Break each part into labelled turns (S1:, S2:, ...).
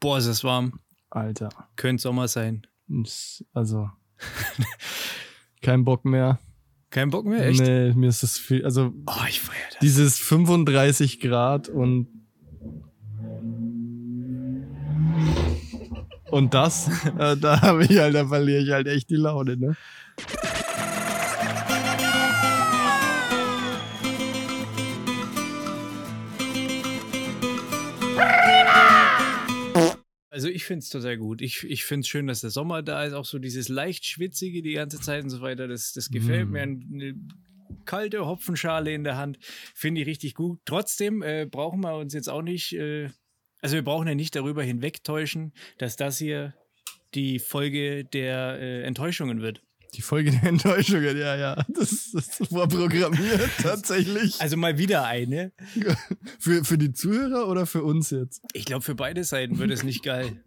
S1: Boah, ist es warm.
S2: Alter.
S1: Könnte Sommer sein.
S2: Ist- Also. kein Bock mehr.
S1: Kein Bock mehr, echt?
S2: Nee, mir ist das viel. Also,
S1: Oh, ich feier das.
S2: dieses 35 Grad und. Und das, äh, da habe ich halt, da verliere ich halt echt die Laune, ne?
S1: Also ich finde es total gut. Ich, ich finde es schön, dass der Sommer da ist. Auch so dieses leicht schwitzige die ganze Zeit und so weiter. Das, das gefällt
S2: Mm.
S1: mir. Eine kalte Hopfenschale in der Hand finde ich richtig gut. Trotzdem äh, brauchen wir uns jetzt auch nicht, äh, also wir brauchen ja nicht darüber hinwegtäuschen, dass das hier die Folge der äh, Enttäuschungen wird.
S2: Die Folge der Enttäuschungen, ja, ja. Das, das war programmiert tatsächlich.
S1: Also mal wieder eine.
S2: Für, für die Zuhörer oder für uns jetzt?
S1: Ich glaube, für beide Seiten wird es nicht geil.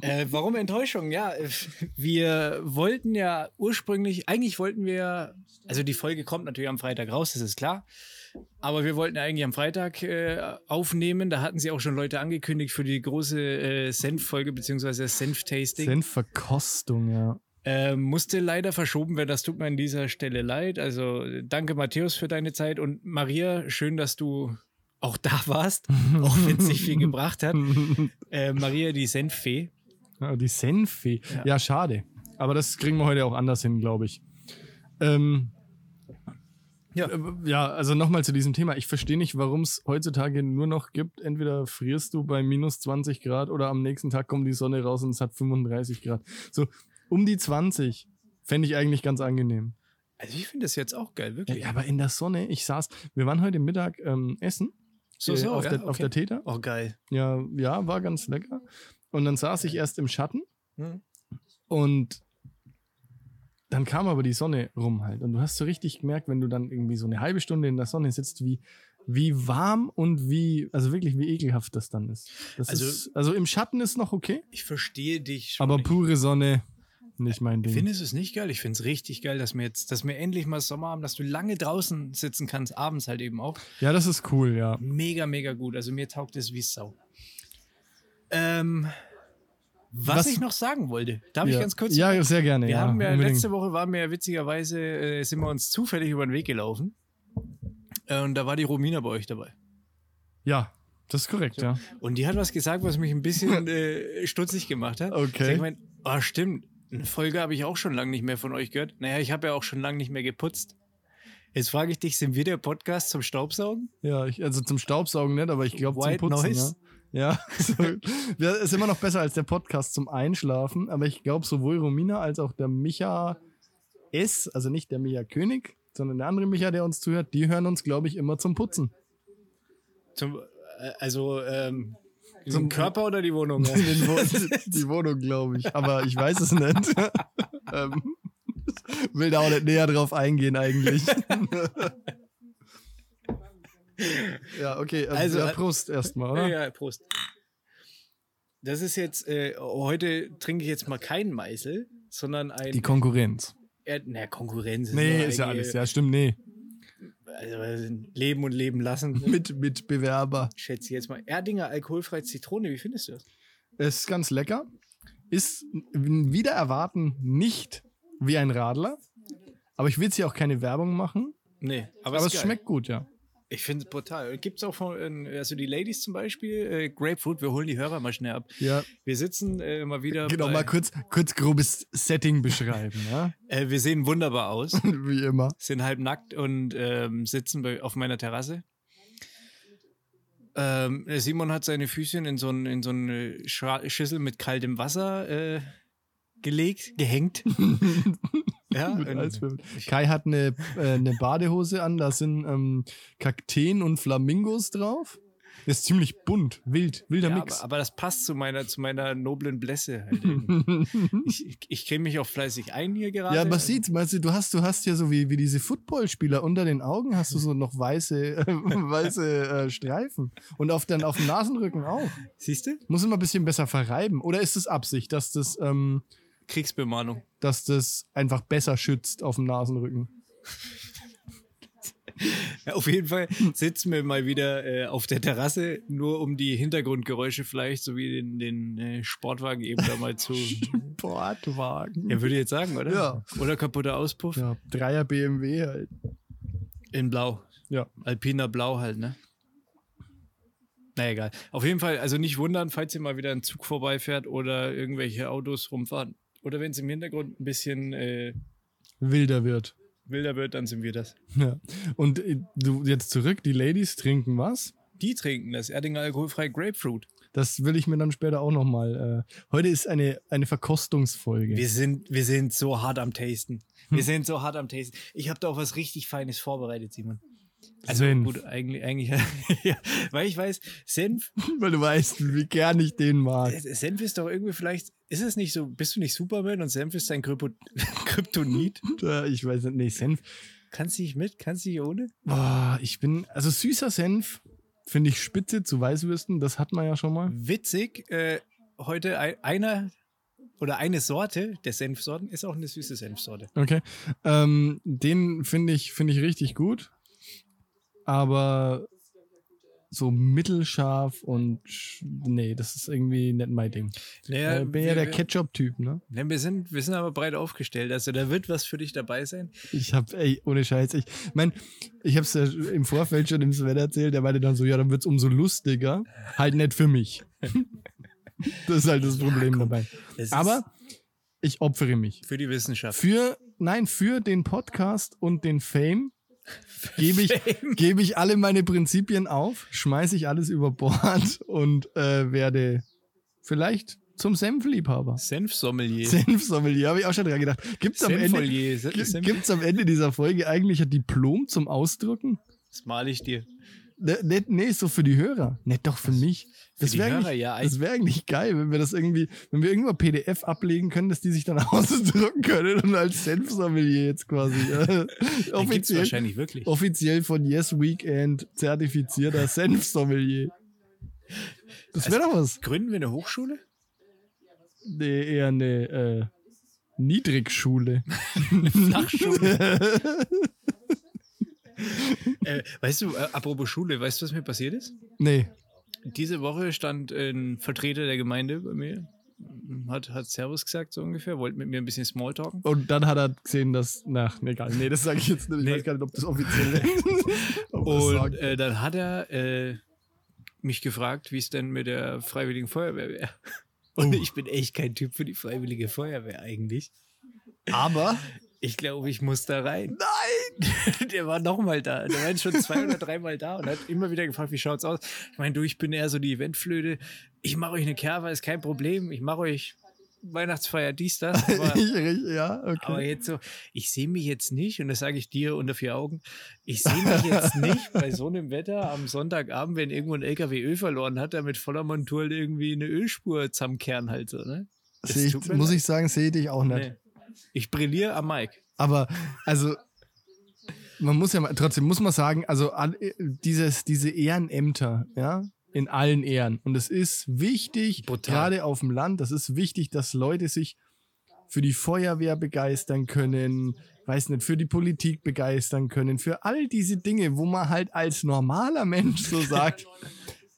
S1: äh, warum Enttäuschung? Ja, äh, wir wollten ja ursprünglich, eigentlich wollten wir, also die Folge kommt natürlich am Freitag raus, das ist klar. Aber wir wollten eigentlich am Freitag äh, aufnehmen. Da hatten sie auch schon Leute angekündigt für die große äh, Senf-Folge beziehungsweise das Senf-Tasting.
S2: Senfverkostung, ja.
S1: Äh, musste leider verschoben werden. Das tut mir an dieser Stelle leid. Also äh, danke, Matthäus, für deine Zeit. Und Maria, schön, dass du auch da warst, auch wenn es nicht viel gebracht hat. Äh, Maria, die Senffee.
S2: Ah, die Senffee.
S1: Ja.
S2: Ja. schade. Aber das kriegen wir heute auch anders hin, glaube ich. Ähm,
S1: Ja.
S2: ja. ja, also nochmal zu diesem Thema. Ich verstehe nicht, warum es heutzutage nur noch gibt. Entweder frierst du bei minus 20 Grad oder am nächsten Tag kommt die Sonne raus und es hat 35 Grad. So, um die 20 fände ich eigentlich ganz angenehm.
S1: Also ich finde das jetzt auch geil,
S2: Ja,
S1: wirklich.
S2: aber in der Sonne, ich saß, wir waren heute Mittag ähm, essen
S1: so,
S2: äh,
S1: so,
S2: auf,
S1: ja,
S2: der,
S1: okay.
S2: auf der Täter.
S1: Oh, geil.
S2: Ja, ja, war ganz lecker. Und dann saß ich erst im Schatten
S1: Hm?
S2: und dann kam aber die Sonne rum halt. Und du hast so richtig gemerkt, wenn du dann irgendwie so eine halbe Stunde in der Sonne sitzt, wie, wie warm und wie, also wirklich wie ekelhaft das dann ist. Das
S1: Also-
S2: also, ist also im Schatten ist noch okay,
S1: Ich verstehe dich schon.
S2: aber
S1: ich
S2: pure Sonne, nicht mein Ding.
S1: Findest du es nicht geil? Ich finde es richtig geil, dass wir jetzt, dass wir endlich mal Sommer haben, dass du lange draußen sitzen kannst, abends halt eben auch.
S2: ja, das ist cool, ja.
S1: Mega, mega gut. Also mir taugt es wie Sau. Ähm, was,
S2: Was-
S1: ich noch sagen wollte, darf ich
S2: ja.
S1: ganz kurz?
S2: Ja, sehr gerne.
S1: wir
S2: ja,
S1: haben ja
S2: unbedingt.
S1: letzte Woche waren wir ja witzigerweise, äh, sind wir uns zufällig über den Weg gelaufen. Äh, und da war die Romina bei euch dabei.
S2: Ja, das ist korrekt, ja.
S1: Und die hat was gesagt, was mich ein bisschen äh, stutzig gemacht hat.
S2: Okay.
S1: Ich meine, ah, stimmt, eine Folge habe ich auch schon lange nicht mehr von euch gehört. Naja, ich habe ja auch schon lange nicht mehr geputzt. Jetzt frage ich dich, sind wir der Podcast zum Staubsaugen?
S2: Ja, ich, also zum Staubsaugen nicht, aber ich glaube zum
S1: White
S2: Putzen. ne?
S1: Noise?
S2: Ja, ja so, Ja, ist immer noch besser als der Podcast zum Einschlafen, aber ich glaube sowohl Romina als auch der Micha S, also nicht der Micha König, sondern der andere Micha, der uns zuhört, die hören uns, glaube ich, immer zum Putzen.
S1: Zum, äh, also ähm, zum
S2: Zum-
S1: Körper oder die Wohnung?
S2: In den Wo die Wohnung, glaube ich, aber ich weiß es nicht. ähm, will da auch nicht näher drauf eingehen eigentlich. ja, okay, ähm,
S1: Also,
S2: also, ja,
S1: äh,
S2: Prost erstmal, oder?
S1: ja, Prost. Das ist jetzt, äh, heute trinke ich jetzt mal keinen Meißel, sondern
S2: Die
S1: ein,
S2: Konkurrenz.
S1: äh, naja, Konkurrenz.
S2: Nee,
S1: nur
S2: ist ja
S1: eigentlich,
S2: alles. Ja, stimmt, nee.
S1: Also, leben und leben lassen.
S2: Mit, mit Bewerber.
S1: schätze ich jetzt mal. Erdinger alkoholfreie Zitrone, wie findest du das?
S2: Es ist ganz lecker. Ist n- wieder erwarten nicht wie ein Radler. Aber ich will jetzt hier auch keine Werbung machen.
S1: Nee,
S2: Aber, es schmeckt gut, ja.
S1: Ich finde es brutal. Gibt es auch von, ähm, also die Ladies zum Beispiel, äh, Grapefruit, wir holen die Hörer mal schnell ab.
S2: Ja,
S1: Wir sitzen äh, mal wieder.
S2: genau,
S1: bei,
S2: mal kurz, kurz grobes Setting beschreiben, ja.
S1: äh, wir sehen wunderbar aus,
S2: Wie immer.
S1: sind halb nackt und ähm, sitzen bei, auf meiner Terrasse. Ähm, der Simon hat seine Füßchen in so, ein, in so eine Scha Schüssel mit kaltem Wasser äh, gelegt, gehängt. ja,
S2: Mit
S1: und-
S2: Eiswürfeln. Kai hat eine, äh, eine Badehose an, da sind ähm, Kakteen und Flamingos drauf. Ist ziemlich bunt, wild, wilder
S1: ja,
S2: Mix.
S1: aber, aber das passt zu meiner, zu meiner noblen Blässe. Halt eben. ich ich- ich creme mich auch fleißig ein hier gerade.
S2: Ja, man sieht, man sieht, du hast, du hast ja so wie, wie diese Footballspieler unter den Augen hast du so noch weiße, äh, weiße äh, Streifen und auf, dann auf dem Nasenrücken auch.
S1: Siehst du?
S2: Muss immer ein bisschen besser verreiben. Oder ist es Absicht, dass das, ähm,
S1: Kriegsbemalung.
S2: dass das einfach besser schützt auf dem Nasenrücken?
S1: Ja, auf jeden Fall sitzen wir mal wieder äh, auf der Terrasse, nur um die Hintergrundgeräusche vielleicht sowie den, den äh, Sportwagen eben da mal zu.
S2: Sportwagen.
S1: Ja, würde ich jetzt sagen, oder?
S2: Ja.
S1: Oder kaputter Auspuff.
S2: Ja, Dreier BMW halt.
S1: In Blau.
S2: Ja.
S1: Alpiner Blau halt, ne? Na egal. Auf jeden Fall, also nicht wundern, falls hier mal wieder ein Zug vorbeifährt oder irgendwelche Autos rumfahren. Oder wenn es im Hintergrund ein bisschen äh,
S2: Wilder wird.
S1: wilder wird, dann sind wir das.
S2: Ja. Und äh, du jetzt zurück, die Ladies trinken was?
S1: Die trinken das Erdinger alkoholfrei Grapefruit.
S2: Das will ich mir dann später auch nochmal. Äh, heute ist eine, eine Verkostungsfolge.
S1: Wir sind, wir sind so hart am Tasten.
S2: Hm.
S1: Wir sind so hart am Tasten. Ich habe da auch was richtig Feines vorbereitet, Simon. Also
S2: Senf.
S1: gut, eigentlich, eigentlich ja, weil ich weiß, Senf,
S2: Weil du weißt, wie gern ich den mag.
S1: Senf ist doch irgendwie vielleicht, ist es nicht so, bist du nicht Superman und Senf ist dein Krypo Kryptonit?
S2: Äh, Ich weiß nicht, nee, Senf.
S1: Kannst du nicht mit, kannst du nicht ohne?
S2: Boah, ich bin, also süßer Senf finde ich spitze zu Weißwürsten, das hat man ja schon mal.
S1: Witzig, äh, heute ein, einer oder eine Sorte der Senfsorten ist auch eine süße Senfsorte.
S2: Okay. Ähm, den finde ich, finde ich richtig gut. Aber so mittelscharf und sch- nee, das ist irgendwie nicht mein Ding.
S1: Naja,
S2: ich bin ja
S1: wir-
S2: der
S1: wir-
S2: Ketchup-Typ, ne?
S1: Ne, wir, sind, wir sind aber breit aufgestellt, also da wird was für dich dabei sein.
S2: Ich hab, ey, ohne Scheiß. Ich mein, ich hab's ja im Vorfeld schon dem Sven erzählt. Der meinte dann so, ja, dann wird's umso lustiger. Halt nicht für mich. das ist halt das Problem dabei.
S1: Es ist
S2: Aber ich opfere mich.
S1: für die Wissenschaft.
S2: Für, nein, für den Podcast und den Fame gebe ich, gebe ich alle meine Prinzipien auf, schmeiße ich alles über Bord und äh, werde vielleicht zum Senfliebhaber.
S1: Senfsommelier.
S2: Senfsommelier, habe ich auch schon dran gedacht. Gibt's am Ende,
S1: Senfolier. Se-
S2: Gi-
S1: Senf
S2: Gibt's am Ende dieser Folge eigentlich ein Diplom zum Ausdrucken?
S1: das male ich dir.
S2: Ne- ne- Nee, ist so für die Hörer. Nicht doch für mich.
S1: Für
S2: Das
S1: die
S2: wäre
S1: Hörer,
S2: eigentlich,
S1: ja.
S2: das wär eigentlich geil, wenn wir das irgendwie, wenn wir irgendwo ein PDF ablegen können, dass die sich dann ausdrucken können und als Senfsommelier jetzt quasi äh,
S1: Den gibt's
S2: offiziell, Oh.
S1: wahrscheinlich wirklich.
S2: offiziell von Yes Weekend zertifizierter Senfsommelier. Das
S1: Also
S2: wäre doch was.
S1: Gründen wir eine Hochschule?
S2: Nee, eher eine äh, Niedrigschule.
S1: äh, weißt du, äh, apropos Schule, weißt du, was mir passiert ist?
S2: nee.
S1: Diese Woche stand ein Vertreter der Gemeinde bei mir, hm, hat, hat Servus gesagt, so ungefähr, wollte mit mir ein bisschen Smalltalken.
S2: Und dann hat er gesehen, dass. Na, nee, egal. Nee, das sage ich jetzt nicht. Ich
S1: Nee.
S2: weiß gar nicht, ob das offiziell ist. Ob das
S1: Und
S2: sagt.
S1: äh, dann hat er äh, mich gefragt, wie es denn mit der Freiwilligen Feuerwehr wäre. Und
S2: Oh.
S1: ich bin echt kein Typ für die Freiwillige Feuerwehr eigentlich.
S2: Aber.
S1: Ich glaube, ich muss da rein. Nein! Der war nochmal da. Der war jetzt schon zwei oder dreimal da und hat immer wieder gefragt, wie schaut's aus? Ich meine, du, ich bin eher so die Eventflöte. Ich mache euch eine Kerwe, ist kein Problem. Ich mache euch Weihnachtsfeier, dies, das. Aber,
S2: ich, ich, ja,
S1: aber
S2: okay.
S1: jetzt so, ich sehe mich jetzt nicht, und das sage ich dir unter vier Augen, ich sehe mich jetzt nicht bei so einem Wetter am Sonntagabend, wenn irgendwo ein LKW Öl verloren hat, der mit voller Montur irgendwie eine Ölspur zusammenkehren halt so, ne? es
S2: Seh ich,
S1: tut mir
S2: muss
S1: leid.
S2: ich sagen, sehe ich dich auch nicht.
S1: Nee. Ich brilliere am Mike.
S2: Aber, also. Man muss ja mal, trotzdem muss man sagen, also an- dieses, diese Ehrenämter, ja, in allen Ehren. Und es ist wichtig,
S1: Brutal.
S2: gerade auf dem Land, das ist wichtig, dass Leute sich für die Feuerwehr begeistern können, weiß nicht, für die Politik begeistern können, für all diese Dinge, wo man halt als normaler Mensch so sagt,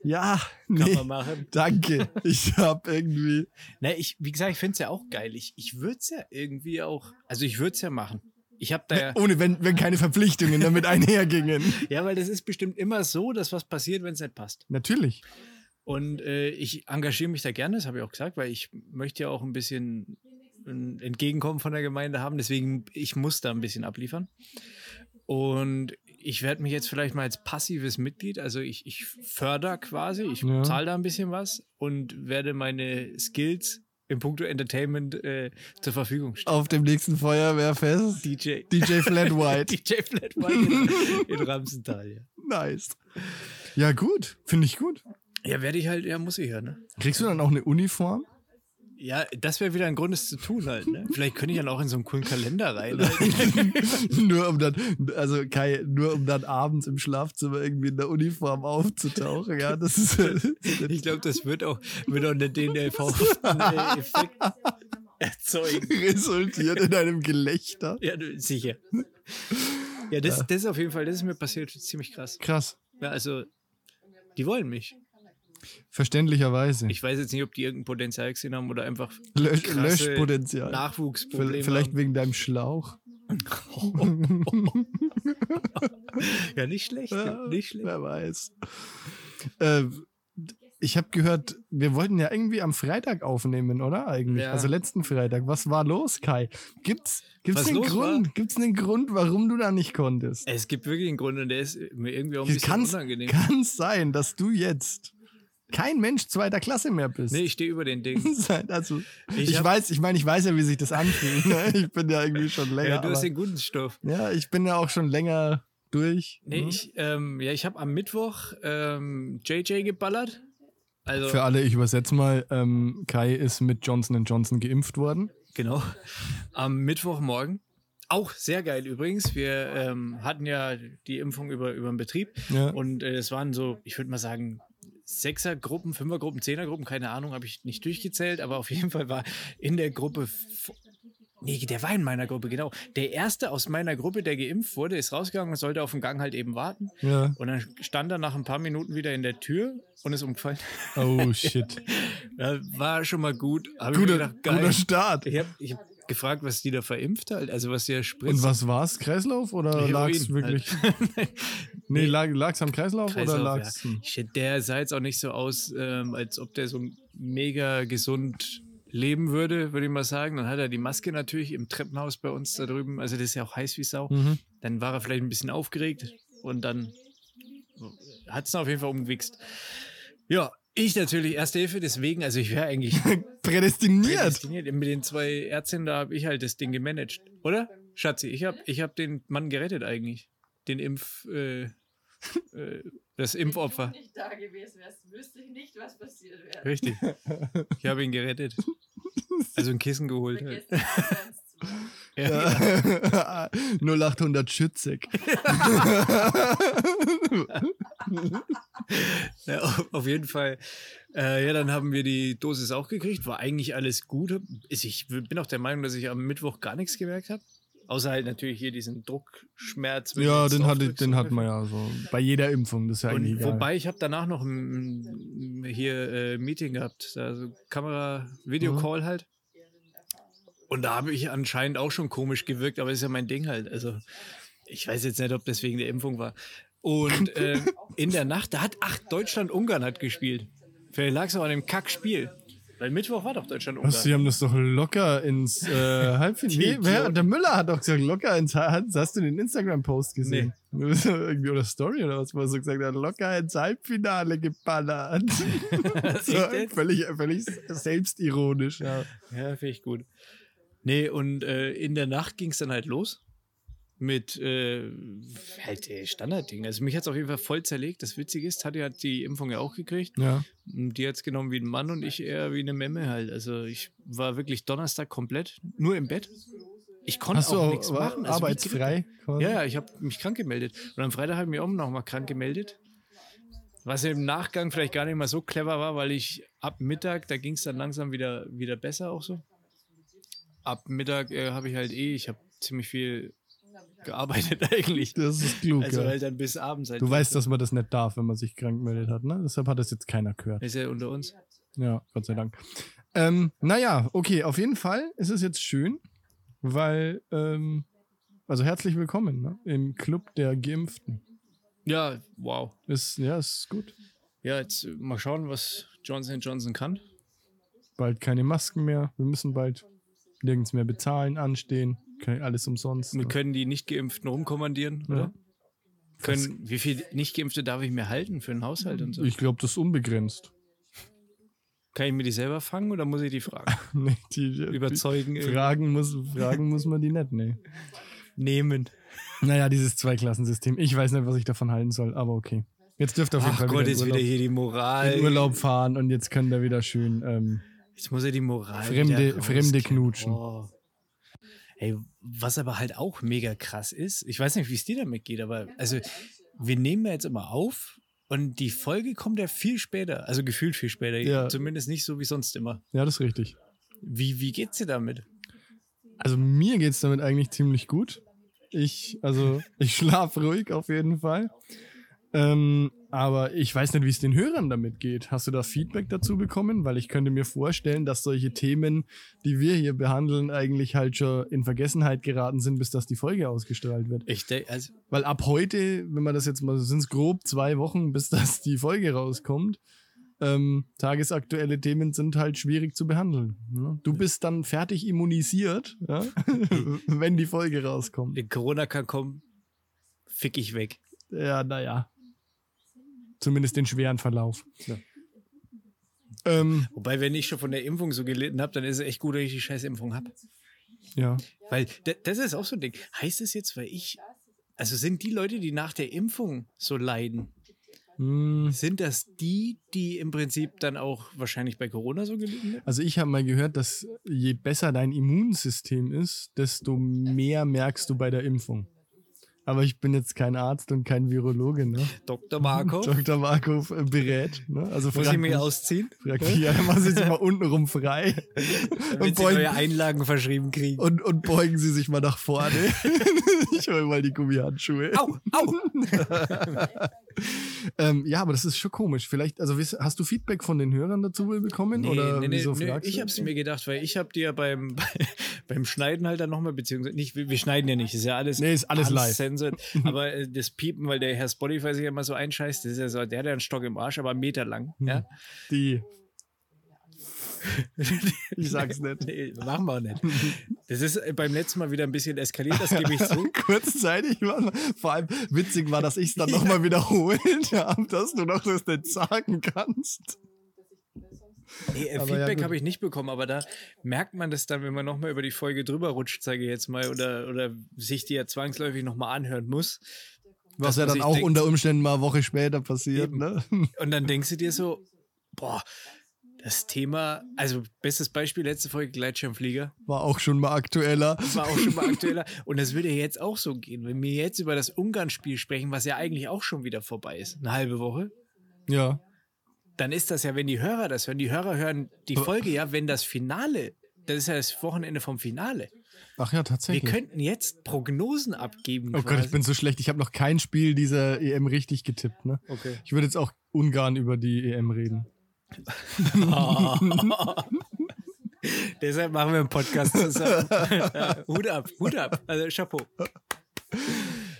S2: ja,
S1: Kann
S2: nee,
S1: man machen.
S2: danke, ich hab irgendwie,
S1: Na, Ne, ich, wie gesagt, ich finde es ja auch geil. Ich, ich würde es ja irgendwie auch, also ich würde es ja machen. Ich habe da ja,
S2: Ne, ohne wenn, wenn keine Verpflichtungen damit einhergingen.
S1: ja, weil das ist bestimmt immer so, dass was passiert, wenn es nicht passt.
S2: Natürlich.
S1: Und äh, ich engagiere mich da gerne, das habe ich auch gesagt, weil ich möchte ja auch ein bisschen ein Entgegenkommen von der Gemeinde haben. Deswegen, ich muss da ein bisschen abliefern. Und ich werde mich jetzt vielleicht mal als passives Mitglied, also ich, ich förder quasi, ich
S2: Ja.
S1: zahle da ein bisschen was und werde meine Skills im Punkto Entertainment äh, zur Verfügung stellen.
S2: Auf dem nächsten Feuerwehrfest,
S1: DJ.
S2: DJ Flat White.
S1: DJ Flat White in, in Ramsenthal, ja.
S2: nice. Ja, gut, finde ich gut.
S1: Ja, werde ich halt, ja, muss ich ja, ne?
S2: Kriegst du dann auch eine Uniform?
S1: Ja, das wäre wieder ein Grund, es zu tun halt, ne? Vielleicht könnte ich dann auch in so einen coolen Kalender rein. halt.
S2: nur um dann, also Kai, nur um dann abends im Schlafzimmer irgendwie in der Uniform aufzutauchen. Ja, das ist.
S1: Ich glaube, das wird auch, wird auch einen DNLV-Effekt erzeugen.
S2: resultiert in einem Gelächter.
S1: Ja, du- sicher. Ja, das,
S2: Ja.
S1: das ist auf jeden Fall, das ist mir passiert ziemlich krass.
S2: Krass.
S1: Ja, also, die wollen mich.
S2: Verständlicherweise.
S1: Ich weiß jetzt nicht, ob die irgendein Potenzial gesehen haben oder einfach
S2: Lösch,
S1: krasse
S2: Löschpotenzial.
S1: Nachwuchsprobleme.
S2: Vielleicht vielleicht wegen deinem Schlauch.
S1: haben. ja, nicht schlecht.
S2: Ja,
S1: Nicht schlecht.
S2: Wer weiß. Äh, ich habe gehört, wir wollten ja irgendwie am Freitag aufnehmen, oder? Eigentlich.
S1: Ja.
S2: Also letzten Freitag. Was war los, Kai? Gibt's, gibt's
S1: Was
S2: einen
S1: los
S2: Grund? Gibt's einen Grund, warum du da nicht konntest?
S1: Es gibt wirklich einen Grund und der ist mir irgendwie auch ein
S2: Wie
S1: bisschen
S2: kann's-
S1: unangenehm.
S2: Kann sein, dass du jetzt kein Mensch zweiter Klasse mehr bist.
S1: Nee, ich stehe über den Ding.
S2: Sein- also, ich,
S1: Ich hab-
S2: weiß, ich meine, ich weiß ja, wie sich das anfühlt. ne? Ich bin ja irgendwie schon länger.
S1: ja, du hast
S2: aber,
S1: den guten Stoff.
S2: ja, ich bin ja auch schon länger durch.
S1: Nee,
S2: Hm?
S1: ich, ähm, ja, ich habe am Mittwoch ähm, JJ geballert. Also,
S2: Für alle, ich übersetze mal, ähm, Kai ist mit Johnson Johnson geimpft worden.
S1: genau. Am Mittwochmorgen. Auch sehr geil übrigens. Wir ähm, hatten ja die Impfung über, über den Betrieb.
S2: Ja.
S1: Und äh, es waren so, ich würde mal sagen, Sechsergruppen, Fünfergruppen, Zehnergruppen, keine Ahnung, habe ich nicht durchgezählt, aber auf jeden Fall war in der Gruppe. f- Nee, der war in meiner Gruppe, genau. Der erste aus meiner Gruppe, der geimpft wurde, ist rausgegangen und sollte auf dem Gang halt eben warten.
S2: ja.
S1: Und dann stand er nach ein paar Minuten wieder in der Tür und ist umgefallen.
S2: Oh shit.
S1: Ja, war schon mal gut. Hab ich mir
S2: guter,
S1: gedacht, geil.
S2: guter Start.
S1: Ich habe ich hab gefragt, was die da verimpft halt, also was der
S2: Und
S1: spritzt.
S2: was war's? Kreislauf oder
S1: Heroin
S2: lag's wirklich?
S1: Halt.
S2: Nee,
S1: Nee.
S2: lag, lag's am Kreislauf,
S1: Kreislauf,
S2: oder lag's?
S1: ja. Shit, der sah jetzt auch nicht so aus, ähm, als ob der so mega gesund leben würde, würde ich mal sagen. Dann hat er die Maske natürlich im Treppenhaus bei uns da drüben. Also das ist ja auch heiß wie Sau.
S2: Mhm.
S1: Dann war er vielleicht ein bisschen aufgeregt und dann hat es auf jeden Fall umgewichst. Ja, ich natürlich Erste Hilfe, deswegen, also ich wäre eigentlich
S2: Prädestiniert.
S1: prädestiniert. Mit den zwei Ärztinnen, da habe ich halt das Ding gemanagt, oder? Schatzi, ich habe ich hab den Mann gerettet eigentlich. Den Impf, äh, äh, das Impfopfer.
S3: Wenn du nicht da gewesen wärst, wüsste ich nicht, was passiert wäre.
S1: Richtig. Ich habe ihn gerettet. Also ein Kissen geholt. Halt.
S3: Vergessen nicht ganz zu machen.
S1: Ja.
S2: 0800 Schützig.
S1: Ja, auf- auf jeden Fall. Äh, ja, dann haben wir die Dosis auch gekriegt. War eigentlich alles gut. Ist- Ich bin auch der Meinung, dass ich am Mittwoch gar nichts gemerkt habe. Außer halt natürlich hier diesen Druckschmerz. wenn
S2: Ja,
S1: du jetzt
S2: den, hatte, den
S1: draufdrückst.
S2: hat man ja so. Bei jeder Impfung, das ist ja eigentlich
S1: Und
S2: egal.
S1: wobei ich habe danach noch ein, hier äh, Meeting gehabt, also Kamera, Video
S2: Mhm.
S1: Call halt. Und da habe ich anscheinend auch schon komisch gewirkt, aber ist ja mein Ding halt. Also ich weiß jetzt nicht, ob das wegen der Impfung war. Und äh, in der Nacht, da hat ach Deutschland Ungarn hat gespielt. Vielleicht lag es auch an dem Kackspiel. Weil Mittwoch war doch Deutschland
S2: Was,
S1: Ungarn.
S2: die haben das doch locker ins äh, Halbfinale.
S1: Die
S2: Nee, wer,
S1: Idioten.
S2: der Müller hat doch gesagt, locker ins Halbfinale. Hast du den Instagram-Post gesehen? Irgendwie oder Story oder was, wo er so gesagt hat, locker ins Halbfinale geballert. so,
S1: Echt jetzt?
S2: völlig, völlig selbstironisch. Ja.
S1: Ja, finde ich gut. Nee, und äh, in der Nacht ging es dann halt los. Mit äh, halt äh, Standardding. Also mich hat es auf jeden Fall voll zerlegt. Das Witzige ist, Tati hat die Impfung ja auch gekriegt.
S2: ja.
S1: Die hat es genommen wie ein Mann und ich eher wie eine Memme halt. Also ich war wirklich Donnerstag komplett nur im Bett. Ich konnte
S2: Hast
S1: auch,
S2: du
S1: nichts
S2: auch war,
S1: machen. Also wie
S2: arbeitsfrei?
S1: gewittert.
S2: quasi?
S1: Ja, ja, ich habe mich krank gemeldet. Und am Freitag habe ich mich auch noch mal krank gemeldet. Was im Nachgang vielleicht gar nicht mal so clever war, weil ich ab Mittag, da ging es dann langsam wieder, wieder besser auch so. Ab Mittag äh, habe ich halt eh, ich habe ziemlich viel
S3: halt
S1: gearbeitet eigentlich.
S2: Das ist klug.
S1: Also
S2: ja.
S1: halt dann bis abends. Halt
S2: Du weißt, dass man das nicht darf, wenn man sich krank gemeldet hat, ne? Deshalb hat das jetzt keiner gehört.
S1: Ist ja unter uns.
S2: Ja, Gott sei Dank. Ähm, naja, okay, auf jeden Fall ist es jetzt schön, weil, ähm, also herzlich willkommen ne? im Club der Geimpften.
S1: Ja, wow.
S2: Ist, ja, ist gut.
S1: Ja, jetzt äh, mal schauen, was Johnson Johnson kann.
S2: Bald keine Masken mehr, wir müssen bald nirgends mehr bezahlen, anstehen, kein- alles umsonst.
S1: Wir
S2: ne?
S1: können die Nicht-Geimpften rumkommandieren,
S2: Ja.
S1: oder? Können, wie viel Nicht-Geimpfte darf ich mir halten für den Haushalt halt und so?
S2: Ich glaube, das ist unbegrenzt.
S1: Kann ich mir die selber fangen oder muss ich die fragen?
S2: nee, die, die,
S1: Überzeugen,
S2: die-
S1: äh,
S2: Fragen muss, fragen muss man die nicht, nee.
S1: nehmen.
S2: Naja, dieses Zweiklassensystem. Ich weiß nicht, was ich davon halten soll, aber okay. Jetzt dürft ihr auf jeden
S1: Ach
S2: Fall
S1: Gott,
S2: wieder, in
S1: jetzt
S2: Urlaub,
S1: wieder hier die Moral.
S2: in Urlaub fahren und jetzt können wir wieder schön ähm,
S1: Jetzt muss er die Moral.
S2: Fremde-
S1: wieder
S2: Fremde
S1: rauskicken.
S2: knutschen.
S1: Oh. Ey, was aber halt auch mega krass ist, ich weiß nicht, wie es dir damit geht, aber also wir nehmen ja jetzt immer auf und die Folge kommt ja viel später, also gefühlt viel später,
S2: Ja.
S1: zumindest nicht so wie sonst immer.
S2: Ja, das ist richtig.
S1: Wie, wie geht's dir damit?
S2: Also mir geht es damit eigentlich ziemlich gut. Ich, also, ich schlafe ruhig auf jeden Fall. Ähm, aber ich weiß nicht, wie es den Hörern damit geht. Hast du da Feedback dazu bekommen? Weil ich könnte mir vorstellen, dass solche Themen, die wir hier behandeln, eigentlich halt schon in Vergessenheit geraten sind, bis dass die Folge ausgestrahlt wird.
S1: Ich denke, also,
S2: Weil ab heute, wenn man das jetzt mal, sind es grob zwei Wochen, bis dass die Folge rauskommt. Ähm, tagesaktuelle Themen sind halt schwierig zu behandeln. Ne? Du bist dann fertig immunisiert, ja? wenn die Folge rauskommt.
S1: wenn Corona kann kommen, fick ich weg.
S2: Ja, naja. Zumindest den schweren Verlauf.
S1: Ja.
S2: Ähm,
S1: Wobei, wenn ich schon von der Impfung so gelitten habe, dann ist es echt gut, dass ich die scheiß Impfung habe.
S2: ja.
S1: Weil d- das ist auch so ein Ding. Heißt es jetzt, weil ich, also sind die Leute, die nach der Impfung so leiden,
S2: Hm.
S1: sind das die, die im Prinzip dann auch wahrscheinlich bei Corona so gelitten haben?
S2: Also ich habe mal gehört, dass je besser dein Immunsystem ist, desto mehr merkst du bei der Impfung. Aber ich bin jetzt kein Arzt und kein Virologe, ne?
S1: Dr. Marco,
S2: Dr. Marco äh, berät, ne? Also
S1: muss ich
S2: frag mich,
S1: mich ausziehen?
S2: frag mich, ja, mach sie sich mal untenrum frei
S1: Damit
S2: und
S1: sie neue
S2: beugen,
S1: Einlagen verschrieben kriegen.
S2: und, und beugen sie sich mal nach vorne. ich hol mal die Gummihandschuhe.
S1: Au, au!
S2: Ähm, ja, aber das ist schon komisch. Vielleicht, also wiss- hast du Feedback von den Hörern dazu bekommen? oder wieso fragst
S1: ich
S2: du?
S1: hab's mir gedacht, weil ich hab dir beim, beim Schneiden halt dann nochmal, beziehungsweise nicht, wir wir schneiden ja nicht, das ist ja alles,
S2: Nee, ist alles live.
S1: censored, aber äh, das Piepen, weil der Herr Spotify sich ja immer so einscheißt, das ist ja so, der hat ja einen Stock im Arsch, aber einen Meter lang.
S2: Hm.
S1: Ja?
S2: Die. Ich sag's nicht.
S1: Nee, machen wir auch nicht. Das ist äh, beim letzten Mal wieder ein bisschen eskaliert, das gebe ich zu.
S2: Kurzzeitig war, vor allem witzig war, dass ich es dann nochmal wiederholt habe, dass du noch das nicht sagen kannst.
S1: Nee, äh,
S2: Aber ja,
S1: Feedback
S2: gut.
S1: habe ich nicht bekommen, aber da merkt man das dann, wenn man nochmal über die Folge drüber rutscht, sage ich jetzt mal, oder, oder sich die ja zwangsläufig nochmal anhören muss.
S2: Was
S1: Dass
S2: ja
S1: man
S2: dann
S1: sich
S2: auch
S1: denkt-
S2: unter Umständen mal eine Woche später passiert,
S1: Eben.
S2: ne?
S1: Und dann denkst du dir so, boah, das Thema, also bestes Beispiel, letzte Folge Gleitschirmflieger,
S2: War auch schon mal aktueller.
S1: das war auch schon mal aktueller. Und das würde ja jetzt auch so gehen, wenn wir jetzt über das Ungarn-Spiel sprechen, was ja eigentlich auch schon wieder vorbei ist, eine halbe Woche.
S2: Ja.
S1: Dann ist das ja, wenn die Hörer das hören, die Hörer hören die Folge ja, wenn das Finale, das ist ja das Wochenende vom Finale.
S2: Ach ja,
S1: Wir
S2: tatsächlich.
S1: könnten jetzt Prognosen abgeben.
S2: oh Gott, ich bin so schlecht. Ich habe noch kein Spiel dieser EM richtig getippt, ne?
S1: Okay.
S2: Ich würde jetzt auch Ungarn über die EM reden.
S1: Deshalb machen wir einen Podcast zusammen. Ja, Hut ab, Hut ab. Also Chapeau.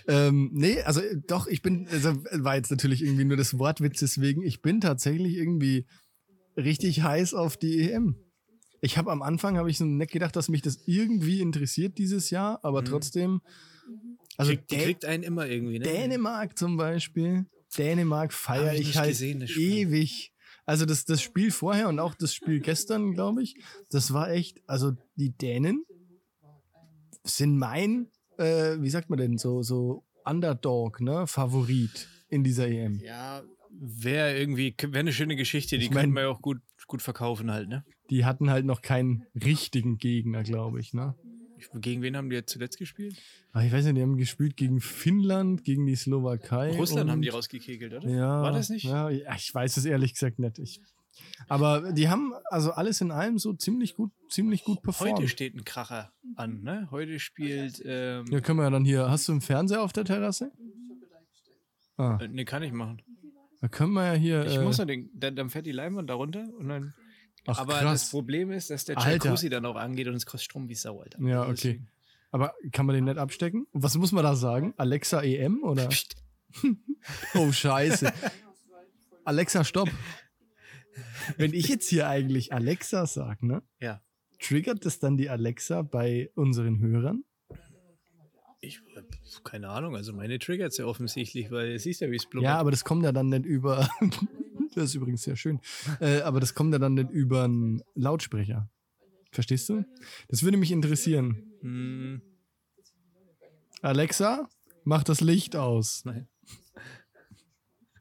S2: Ähm, nee, also äh, doch, ich bin, also äh, war jetzt natürlich irgendwie nur das Wortwitz deswegen, ich bin tatsächlich irgendwie richtig heiß auf die EM. Ich habe am Anfang, habe ich so nett gedacht, dass mich das irgendwie interessiert dieses Jahr, aber
S1: Mhm.
S2: trotzdem, also
S1: Kriegt- die
S2: Dä-
S1: kriegt einen immer irgendwie. Ne?
S2: Dänemark zum Beispiel, Dänemark
S1: Hab
S2: feiere
S1: ich
S2: ich
S1: nicht
S2: halt
S1: gesehen, das Spiel.
S2: ewig. Also das, das Spiel vorher und auch das Spiel gestern, glaube ich, das war echt, also die Dänen sind mein, äh, wie sagt man denn, so, so Underdog, ne, Favorit in dieser E EM.
S1: Ja, wäre irgendwie, wäre eine schöne Geschichte, die
S2: Ich mein-
S1: können wir ja auch gut, gut verkaufen halt, ne?
S2: Die hatten halt noch keinen richtigen Gegner, glaube ich, ne.
S1: Ich- Gegen wen haben die jetzt zuletzt gespielt?
S2: Aber ich weiß nicht, die haben gespielt gegen Finnland, gegen die Slowakei.
S1: Russland haben die
S2: und-
S1: rausgekegelt, oder?
S2: Ja,
S1: War das nicht?
S2: Ja, ja, ich weiß es ehrlich gesagt nicht. Ich, aber die haben also alles in allem so ziemlich gut, ziemlich gut performt.
S1: Heute steht ein Kracher an, ne? Heute spielt, ähm,
S2: ja, können wir ja dann hier. Hast du einen Fernseher auf der Terrasse? Ah,
S1: äh, ne, kann ich machen.
S2: da können wir ja hier.
S1: Ich
S2: äh,
S1: muss noch den, dann, dann fährt die Leinwand da runter und dann,
S2: ach,
S1: aber das
S2: krass.
S1: Problem ist, dass der
S2: Alter.
S1: Jacuzzi dann auch angeht und es kostet Strom wie Sau, Alter. Also
S2: Ja, okay. Aber kann man den nicht abstecken? Was muss man da sagen? Alexa EM oder?
S1: Psst.
S2: Oh, scheiße. Alexa, stopp. Wenn ich jetzt hier eigentlich Alexa sage, ne?
S1: Ja.
S2: Triggert das dann die Alexa bei unseren Hörern?
S1: Ich, äh, keine Ahnung, also meine triggert ja offensichtlich, weil es siehst ja, wie es blubbert.
S2: Ja, aber das kommt ja dann nicht über. das ist übrigens sehr schön. Äh, aber das kommt ja dann nicht über einen Lautsprecher. Verstehst du? Das würde mich interessieren.
S1: Hm,
S2: Alexa, mach das Licht aus.
S1: Nein.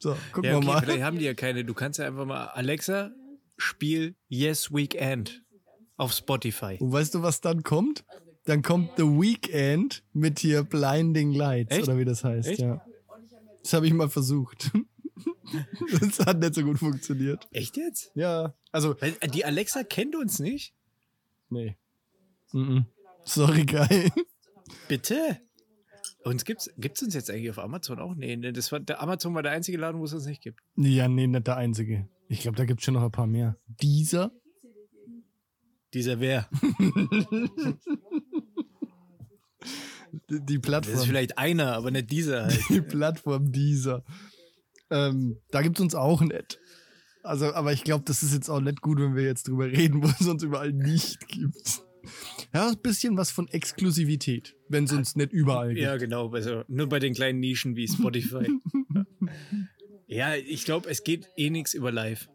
S2: So, gucken
S1: ja, okay,
S2: wir mal.
S1: vielleicht haben die ja keine. Du kannst ja einfach mal Alexa spiel Yes Weekend auf Spotify.
S2: Und weißt du, was dann kommt? Dann kommt The Weekend mit hier Blinding Lights
S1: Echt?
S2: oder wie das heißt.
S1: Echt?
S2: Ja. Das habe ich mal versucht. das hat nicht so gut funktioniert.
S1: Echt jetzt?
S2: Ja, also
S1: Weil, äh, Die Alexa kennt uns nicht.
S2: nee. Mm -mm. Sorry, geil.
S1: Bitte? Uns gibt's, gibt's uns jetzt eigentlich auf Amazon auch? Nee, nee, das war, der Amazon war der einzige Laden, wo es uns nicht gibt.
S2: Ja, nee, nicht der einzige. Ich glaube, da gibt es schon noch ein paar mehr. Dieser?
S1: Dieser wer?
S2: Die, die
S1: Das ist
S2: Plattform.
S1: vielleicht einer, aber nicht dieser halt.
S2: Die Plattform dieser. Ähm, da gibt es uns auch nicht. Also, aber ich glaube, das ist jetzt auch nicht gut, wenn wir jetzt drüber reden, wo es uns überall nicht gibt. Ja, ein bisschen was von Exklusivität, wenn es uns nicht überall gibt.
S1: Ja, genau. Also nur bei den kleinen Nischen wie Spotify. ja, ich glaube, es geht eh nichts über live.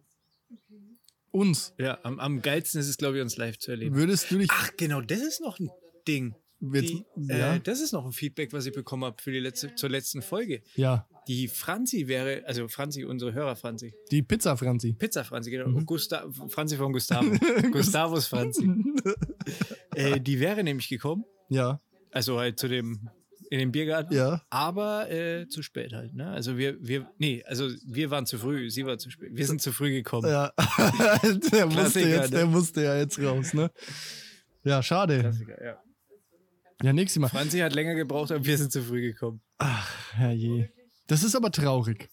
S2: Uns.
S1: Ja, am, am geilsten ist es, glaube ich, uns live zu erleben.
S2: Würdest du dich.
S1: Ach, genau, das ist noch ein Ding.
S2: Jetzt,
S1: Die,
S2: ja,
S1: äh, das ist noch ein Feedback, was ich bekommen habe für die letzte, zur letzten Folge.
S2: ja,
S1: Die Franzi wäre, also Franzi, unsere Hörer Franzi,
S2: die Pizza, Franzi.
S1: Pizza Franzi, genau,
S2: Mhm.
S1: Gusta Franzi von Gustavo, Gustavus Franzi, äh, die wäre nämlich gekommen,
S2: ja,
S1: also halt zu dem, in den Biergarten,
S2: ja.
S1: aber äh, zu spät halt, ne? Also wir, wir, nee, also wir waren zu früh, sie war zu spät, wir sind zu früh gekommen.
S2: Ja, der, musste
S1: Klassiker,
S2: jetzt,
S1: ne?
S2: der musste ja jetzt raus, ne? Ja, schade.
S1: Klassiker, ja.
S2: Ja, nächstes Mal.
S1: Franzi hat länger gebraucht, aber wir sind zu früh gekommen.
S2: Ach, herrje. Das ist aber traurig.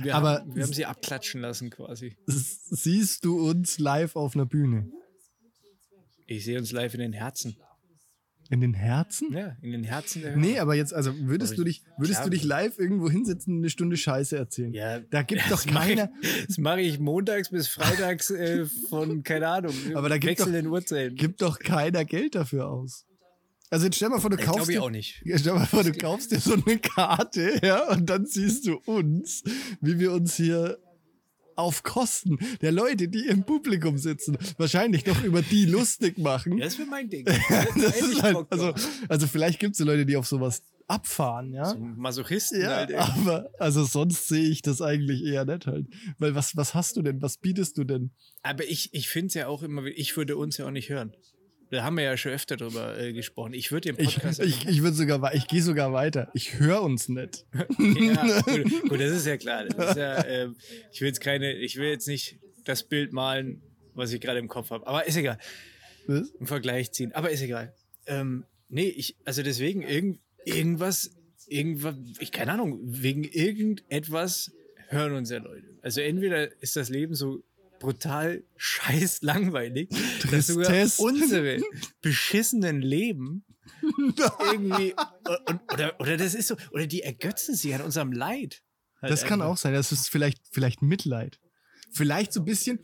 S1: Wir,
S2: Aber-
S1: haben, wir haben sie abklatschen lassen quasi.
S2: S- Siehst du uns live auf einer Bühne?
S1: Ich sehe uns live in den Herzen.
S2: In den Herzen?
S1: Ja, in den Herzen der
S2: Nee, aber jetzt, also würdest du dich, würdest du dich live irgendwo hinsetzen und eine Stunde Scheiße erzählen?
S1: Ja,
S2: Da gibt doch
S1: das mach ich-
S2: keiner.
S1: Das mache ich montags bis freitags äh, von, keine Ahnung,
S2: Aber da gibt doch-
S1: wechselnden Uhrzeiten.
S2: gibt doch keiner Geld dafür aus. Also jetzt stell mal vor, du
S1: Äh, Ich
S2: kaufst
S1: glaube ich
S2: dir,
S1: auch nicht.
S2: stell mal vor, du kaufst dir so eine Karte, ja, und dann siehst du uns, wie wir uns hier auf Kosten der Leute, die im Publikum sitzen, wahrscheinlich noch über die lustig machen.
S1: Das wäre mein Ding.
S2: das
S1: hätte
S2: ist
S1: ich
S2: halt,
S1: Bock
S2: also, also vielleicht gibt es so Leute, die auf sowas abfahren, ja.
S1: So ein Masochisten
S2: Ja,
S1: halt. ey.
S2: aber also sonst sehe ich das eigentlich eher nicht halt. Weil was, was hast du denn? Was bietest du denn?
S1: Aber ich, ich finde es ja auch immer, wieder- ich würde uns ja auch nicht hören. Da haben wir ja schon öfter drüber äh, gesprochen. Ich würde den
S2: Ich,
S1: Podcast.
S2: ich, ich würde sogar, wei- ich gehe sogar weiter. Ich höre uns nicht.
S1: ja, gut, gut, das ist ja klar. Das ist ja, äh, ich will jetzt keine, ich will jetzt nicht das Bild malen, was ich gerade im Kopf habe. Aber ist egal.
S2: Was?
S1: im Vergleich ziehen. Aber ist egal. Ähm, nee, ich, also deswegen, irgend, irgendwas, irgendwas, ich keine Ahnung, wegen irgendetwas hören uns ja Leute. Also entweder ist das Leben so brutal scheiß langweilig, dass sogar
S2: Tristesse.
S1: unsere beschissenen Leben irgendwie und, oder, oder das ist so, oder die ergötzen sich an unserem Leid. Halt
S2: Das kann
S1: einfach.
S2: auch sein. Das ist vielleicht, vielleicht Mitleid. Vielleicht so ein bisschen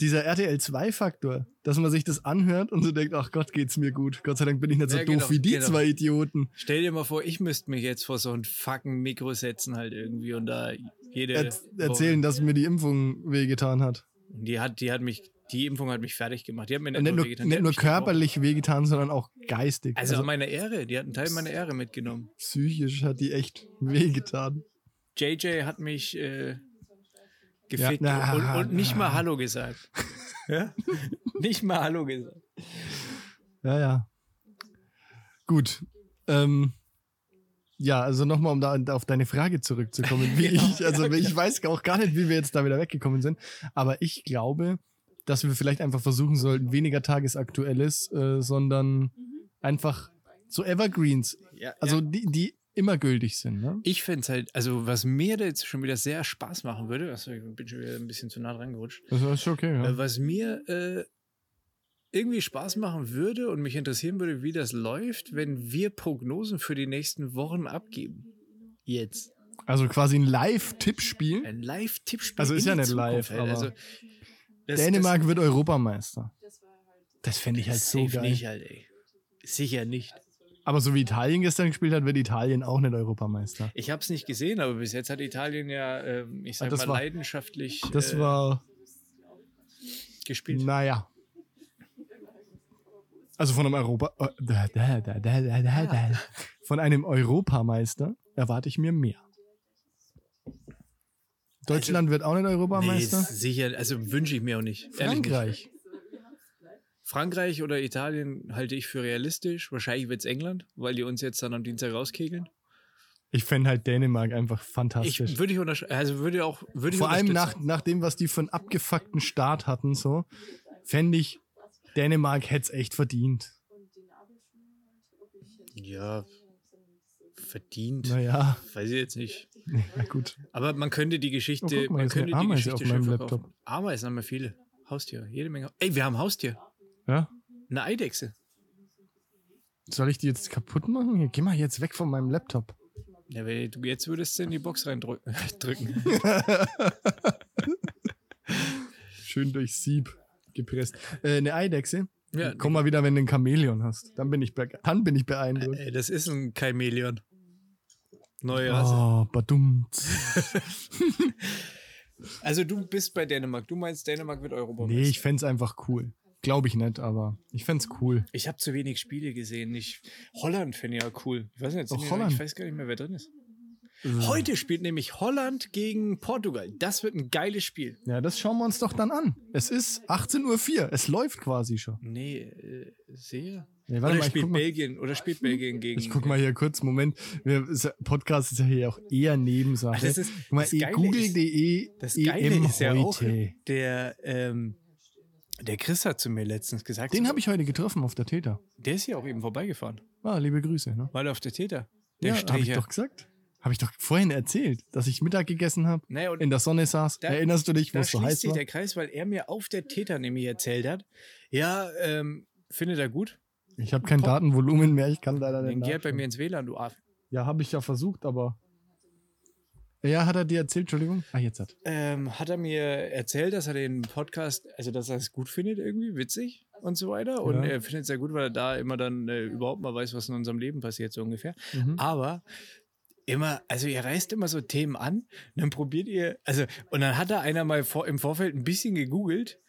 S2: dieser RTL-2-Faktor, dass man sich das anhört und so denkt, ach Gott, geht's mir gut. Gott sei Dank bin ich nicht so
S1: Ja,
S2: doof
S1: genau,
S2: wie die
S1: genau.
S2: zwei Idioten.
S1: Stell dir mal vor, ich müsste mich jetzt vor so ein fucking Mikro setzen halt irgendwie und da jede
S2: Erz-
S1: Woche-
S2: erzählen, dass mir die Impfung wehgetan hat.
S1: Und Die hat, die hat mich, die Impfung hat mich fertig gemacht. Die hat mir
S2: Und nicht nur,
S1: wehgetan, die
S2: nicht
S1: hat
S2: nur
S1: mich gebrochen.
S2: körperlich wehgetan, sondern auch geistig.
S1: Also, meine Ehre, die hat einen Teil meiner Ehre mitgenommen.
S2: psychisch hat die echt wehgetan.
S1: JJ hat mich äh, gefickt
S2: Ja.
S1: und, und nicht mal
S2: Ah.
S1: Hallo gesagt. ja? Nicht mal Hallo gesagt.
S2: Ja, ja. Gut. Ähm, ja, also nochmal, um da auf deine Frage zurückzukommen. Wie ich, also ich weiß auch gar nicht, wie wir jetzt da wieder weggekommen sind. Aber ich glaube, dass wir vielleicht einfach versuchen sollten, weniger Tagesaktuelles, äh, sondern einfach so Evergreens,
S1: Ja,
S2: also
S1: ja.
S2: die, die immer gültig sind. Ne?
S1: Ich finde es halt, also was mir da jetzt schon wieder sehr Spaß machen würde, also ich bin schon wieder ein bisschen zu nah dran gerutscht,
S2: Das ist okay,
S1: äh, was mir äh, irgendwie Spaß machen würde und mich interessieren würde, wie das läuft, wenn wir Prognosen für die nächsten Wochen abgeben. Jetzt.
S2: Also quasi ein Live-Tippspiel.
S1: Ein Live-Tippspiel.
S2: Hm? Also ist
S1: in
S2: ja
S1: die
S2: nicht live,
S1: halt.
S2: aber
S1: das,
S2: Dänemark wird Europameister. Das fände ich
S1: das
S2: halt
S1: ist
S2: so
S1: safe
S2: geil.
S1: nicht halt, ey. Sicher nicht.
S2: Aber so wie Italien gestern gespielt hat, wird Italien auch nicht Europameister.
S1: Ich habe es nicht gesehen, aber bis jetzt hat Italien ja, ähm, ich
S2: Ah,
S1: sag
S2: das
S1: mal,
S2: war-
S1: leidenschaftlich
S2: Das
S1: äh,
S2: war,
S1: gespielt.
S2: naja. Also von einem Europa. äh, Da, da, da, da, da, da, da. Von einem Europameister erwarte ich mir mehr. Deutschland wird auch nicht
S1: Nee,
S2: Europameister.
S1: sicher, also wünsche ich mir auch nicht. Ehrlich nicht.
S2: Frankreich.
S1: Frankreich oder Italien halte ich für realistisch. Wahrscheinlich wird es England, weil die uns jetzt dann am Dienstag rauskegeln.
S2: Ich fände halt Dänemark einfach
S1: Ich
S2: fantastisch.
S1: würde ich untersch- also würde auch würde ich
S2: Vor allem
S1: unterstützen.
S2: nach, nach dem, was die für einen abgefuckten Start hatten, so, fände ich, Dänemark hätte es echt verdient.
S1: Ja, verdient.
S2: Naja,
S1: Weiß ich jetzt nicht.
S2: ja gut.
S1: Aber man könnte die Geschichte.
S2: Oh, guck mal,
S1: man
S2: ist eine
S1: könnte
S2: Ameise
S1: die Geschichte
S2: auf meinem
S1: schön
S2: Laptop.
S1: verkaufen. Ameisen haben wir viele. Haustiere, jede Menge. Ey, wir haben Haustier.
S2: Ja?
S1: Eine Eidechse.
S2: Soll ich die jetzt kaputt machen? Hier, Geh mal jetzt weg von meinem Laptop.
S1: Ja, wenn du jetzt würdest du in die Box reindrücken. drücken.
S2: Schön durch Sieb gepresst. Äh, eine Eidechse.
S1: Ja,
S2: Komm mal wieder, wenn du ein Chamäleon hast. Dann bin ich, be dann bin ich beeindruckt.
S1: Ey, äh, das ist ein Chamäleon. Neue Rasse.
S2: Oh, badummt.
S1: Also du bist bei Dänemark. Du meinst, Dänemark wird Europameister.
S2: Nee, ich fänd's einfach cool. Glaube ich nicht, aber ich fänd's cool.
S1: Ich habe zu wenig Spiele gesehen. Ich, Holland finde ich ja cool. Ich weiß, nicht, sind
S2: Oh,
S1: die-
S2: Holland.
S1: ich weiß gar nicht mehr, wer drin ist. Heute spielt nämlich Holland gegen Portugal. Das wird ein geiles Spiel.
S2: Äh, Ja, das schauen wir uns doch dann an. Es ist 18.04 Uhr. Es läuft quasi schon.
S1: Nee, äh, sehr.
S2: Nee,
S1: Oder
S2: ich
S1: spielt
S2: guck, mal,
S1: Belgien. Oder spielt Belgien gegen.
S2: ich guck mal hier kurz. Moment. Wir, ist ja- Podcast ist ja hier auch eher Nebensache.
S1: Ah, das ist,
S2: guck mal,
S1: das
S2: eh,
S1: Geile ist,
S2: google.de
S1: das Geile
S2: EM
S1: ist ja auch,
S2: E heute.
S1: der, ähm, der Chris hat zu mir letztens gesagt,
S2: Den habe ich heute getroffen auf der Täter.
S1: der ist ja auch eben vorbeigefahren.
S2: Ah, liebe Grüße. Ne?
S1: Weil auf der Täter. Der
S2: Ja, habe ich
S1: Strecher.
S2: doch gesagt. Habe ich doch vorhin erzählt, dass ich Mittag gegessen habe,
S1: Naja, und
S2: in der Sonne saß.
S1: Da-
S2: Erinnerst du dich, wo
S1: da
S2: es so
S1: schließt
S2: heiß
S1: sich
S2: war?
S1: der Kreis, weil er mir auf der Täter nämlich erzählt hat, ja, ähm, findet er gut,
S2: Ich habe kein Datenvolumen mehr, ich kann leider
S1: dann
S2: nicht.
S1: geh halt bei
S2: nachschauen.
S1: mir ins WLAN, du Affe.
S2: Ja, habe ich ja versucht, aber. Ja, hat er dir erzählt, Entschuldigung? Ah, jetzt hat.
S1: Ähm, hat er mir erzählt, dass er den Podcast, also dass er es gut findet irgendwie, witzig und so weiter. Und
S2: Ja.
S1: er findet es ja gut, weil er da immer dann äh, überhaupt mal weiß, was in unserem Leben passiert, so ungefähr.
S2: Mhm.
S1: Aber immer, also ihr reißt immer so Themen an, dann probiert ihr, also, und dann hat da einer mal vor, im Vorfeld ein bisschen gegoogelt.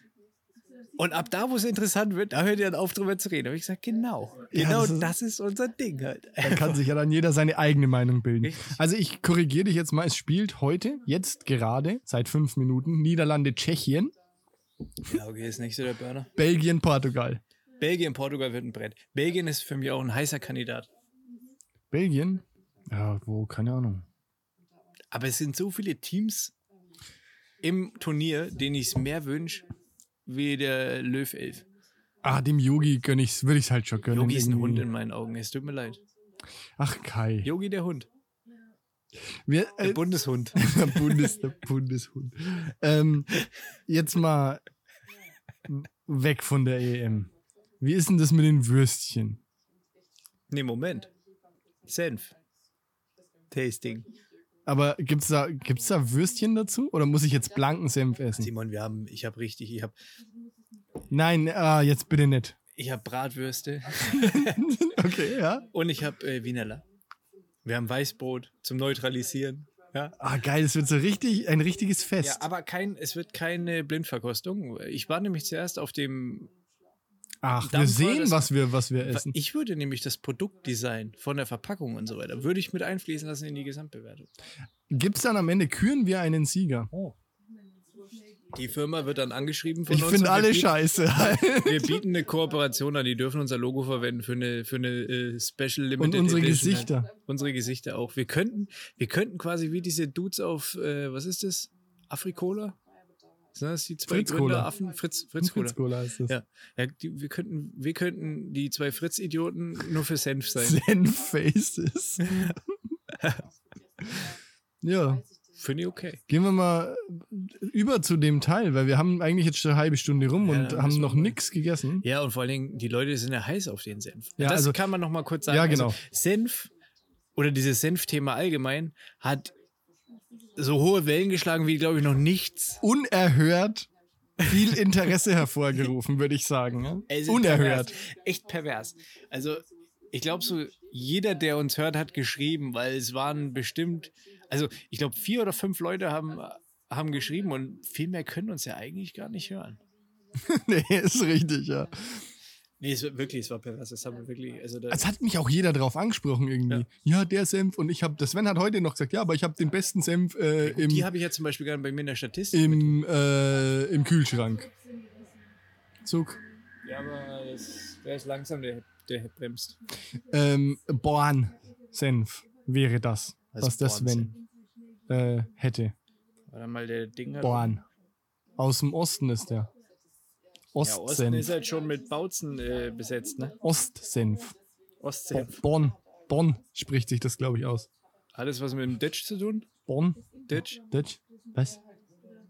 S1: Und ab da, wo es interessant wird, da hört ihr dann auf, drüber zu reden. Da habe ich gesagt, genau.
S2: Ja,
S1: Genau
S2: das ist-
S1: das ist unser Ding halt.
S2: Da kann sich ja dann jeder seine eigene Meinung bilden.
S1: Richtig.
S2: Also ich korrigiere dich jetzt mal, es spielt heute, jetzt gerade, seit fünf Minuten, Niederlande, Tschechien,
S1: Ja, okay, ist nicht so der Burner.
S2: Belgien, Portugal.
S1: Belgien, Portugal wird ein Brett. Belgien ist für mich auch ein heißer Kandidat.
S2: Belgien? Ja, wo? Keine Ahnung.
S1: Aber es sind so viele Teams im Turnier, denen ich es mehr wünsche, wie der Löw 11.
S2: Ah, dem Yogi gönn ich's, würde ich's halt schon gönnen.
S1: Yogi ist ein
S2: irgendwie.
S1: Hund in meinen Augen. Es tut mir leid.
S2: Ach, Kai.
S1: Yogi, der Hund.
S2: Wir,
S1: Der
S2: äh,
S1: Bundeshund.
S2: der, Bundes, der Bundeshund. Ähm, jetzt mal weg von der E EM. ähm, Wie ist denn das mit den Würstchen?
S1: Nee, Moment. Senf. Tasting.
S2: Aber gibt's da, gibt's da Würstchen dazu? Oder muss ich jetzt blanken Senf essen?
S1: Simon, wir haben, ich habe richtig, ich habe
S2: Nein, ah, jetzt bitte nicht.
S1: ich hab Bratwürste
S2: okay, ja.
S1: und ich habe äh, Wienerla. Wir haben Weißbrot zum Neutralisieren. Ja.
S2: Ah, geil, es wird so richtig, ein richtiges Fest.
S1: Ja, aber kein, es wird keine Blindverkostung. Ich war nämlich zuerst auf dem.
S2: Ach, wir
S1: Dampfer,
S2: sehen,
S1: das-
S2: was wir, was wir essen.
S1: Ich würde nämlich das Produktdesign von der Verpackung und so weiter, würde ich mit einfließen lassen in die Gesamtbewertung.
S2: Gibt's dann am Ende, küren wir einen Sieger?
S1: Die Firma wird dann angeschrieben von
S2: Ich
S1: uns. und
S2: finde
S1: wir
S2: alle
S1: bieten-
S2: scheiße.
S1: Wir bieten eine Kooperation an, die dürfen unser Logo verwenden für eine, für eine äh, Special Limited
S2: Und unsere
S1: Edition.
S2: Gesichter.
S1: Unsere Gesichter auch. Wir könnten, wir könnten quasi wie diese Dudes auf, äh, was ist das? Afrikola? Sind das die zwei
S2: Fritz
S1: Gründer
S2: Cola.
S1: Affen? Fritz, Fritz, Cola.
S2: Cola ist das.
S1: Ja. Ja, die, wir, könnten, wir könnten die zwei Fritz-Idioten nur für Senf sein.
S2: Zen-Faces. ja,
S1: Finde ich okay.
S2: gehen wir mal über zu dem Teil, weil wir haben eigentlich jetzt schon eine halbe Stunde rum
S1: Ja,
S2: und
S1: dann
S2: haben
S1: müssen wir
S2: noch
S1: mal.
S2: nichts gegessen.
S1: Ja, und vor allen Dingen, die Leute sind ja heiß auf den Senf.
S2: Ja,
S1: das
S2: also-
S1: kann man nochmal kurz sagen.
S2: Ja, genau.
S1: Also, Senf oder dieses Senfthema allgemein hat so hohe Wellen geschlagen wie, glaube ich, noch nichts.
S2: Unerhört viel Interesse hervorgerufen, würde ich sagen. ja?
S1: Es ist
S2: Unerhört.
S1: Pervers. Echt pervers. Also, ich glaube, so jeder, der uns hört, hat geschrieben, weil es waren bestimmt, also ich glaube, vier oder fünf Leute haben, haben geschrieben und viel mehr können uns ja eigentlich gar nicht hören.
S2: nee, ist richtig, ja.
S1: Nee, es war wirklich, es war pervers. Das haben wir wirklich, also da,
S2: Es hat mich auch jeder drauf angesprochen irgendwie. Ja, der Senf und ich habe, der Sven hat heute noch gesagt, ja, aber ich habe den besten Senf äh,
S1: die
S2: im,
S1: habe ich ja zum Beispiel gerade bei mir in der Statistik.
S2: im, äh, im Kühlschrank. Zug.
S1: Ja, aber das, der ist langsam, der, der bremst.
S2: Ähm, Born-Senf wäre das,
S1: Also
S2: was das wenn äh, hätte.
S1: War dann mal der Ding. hat-
S2: Born. Aus dem Osten ist der.
S1: Ja, Osten ist
S2: Ostsenf.
S1: halt schon mit Bautzen äh, besetzt, ne?
S2: Ostsenf.
S1: Ostsenf.
S2: Born. Bonn spricht sich das, glaube ich, aus.
S1: Alles, was mit dem Ditch zu tun?
S2: Bonn?
S1: Ditch?
S2: Deutsch? Was?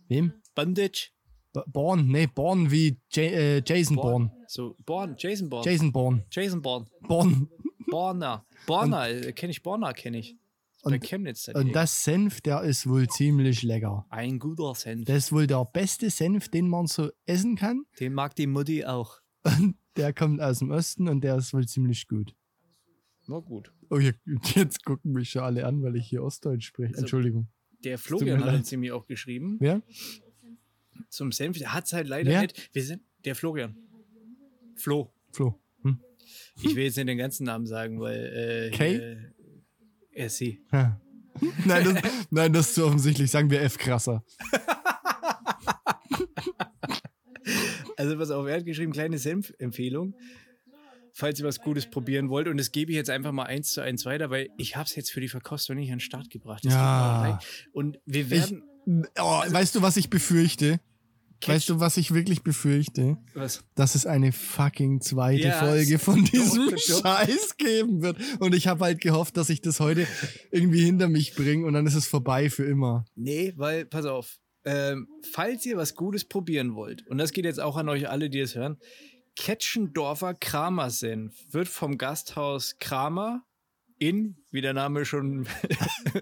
S2: Wem?
S1: Bandage?
S2: B Born? Nee, Born wie Ja- äh, Jason Born.
S1: So, Born, Jason Born.
S2: Jason Born.
S1: Jason Born.
S2: Born.
S1: Borner. Borner, äh, kenne ich Borner, kenne ich. Und, der
S2: Und-
S1: Chemnitz. der
S2: Und
S1: Ding.
S2: das Senf, der ist wohl ziemlich lecker.
S1: Ein guter Senf.
S2: Das ist wohl der beste Senf, den man so essen kann.
S1: Den mag die Mutti auch.
S2: Der kommt aus dem Osten und der ist wohl ziemlich gut.
S1: Na gut.
S2: Oh, hier- jetzt gucken mich schon alle an, weil ich hier Ostdeutsch spreche.
S1: Also-
S2: Entschuldigung.
S1: Der
S2: Tut
S1: Florian
S2: mir
S1: hat
S2: leid.
S1: uns nämlich auch geschrieben.
S2: Wer?
S1: Zum Senf. Der hat es halt leider
S2: Wer?
S1: nicht. Wir sind der Florian. Flo.
S2: Flo.
S1: Ich will jetzt nicht den ganzen Namen sagen, weil. Äh,
S2: Kay?
S1: hier- Äh, sie.
S2: Ha. Nein das, nein, das ist zu offensichtlich. Sagen wir F krasser.
S1: Also, was auf er hat geschrieben, kleine Senf-Empfehlung. Falls ihr was Gutes probieren wollt, und das gebe ich jetzt einfach mal eins zu eins weiter, weil ich habe es jetzt für die Verkostung nicht an den Start gebracht. Das
S2: Ja.
S1: tut mir leid. Und wir werden.
S2: Oh, weißt du, was ich befürchte?
S1: Catch-
S2: Weißt du, was ich wirklich befürchte?
S1: was?
S2: dass es eine fucking zweite
S1: Ja,
S2: Folge von diesem
S1: doch, doch.
S2: Scheiß geben wird. Und ich habe halt gehofft, dass ich das heute irgendwie hinter mich bringe und dann ist es vorbei für immer.
S1: Nee, weil, pass auf, ähm, falls ihr was Gutes probieren wollt, und das geht jetzt auch an euch alle, die es hören, Ketschendorfer Kramersenf wird vom Gasthaus Kramer in, wie der Name schon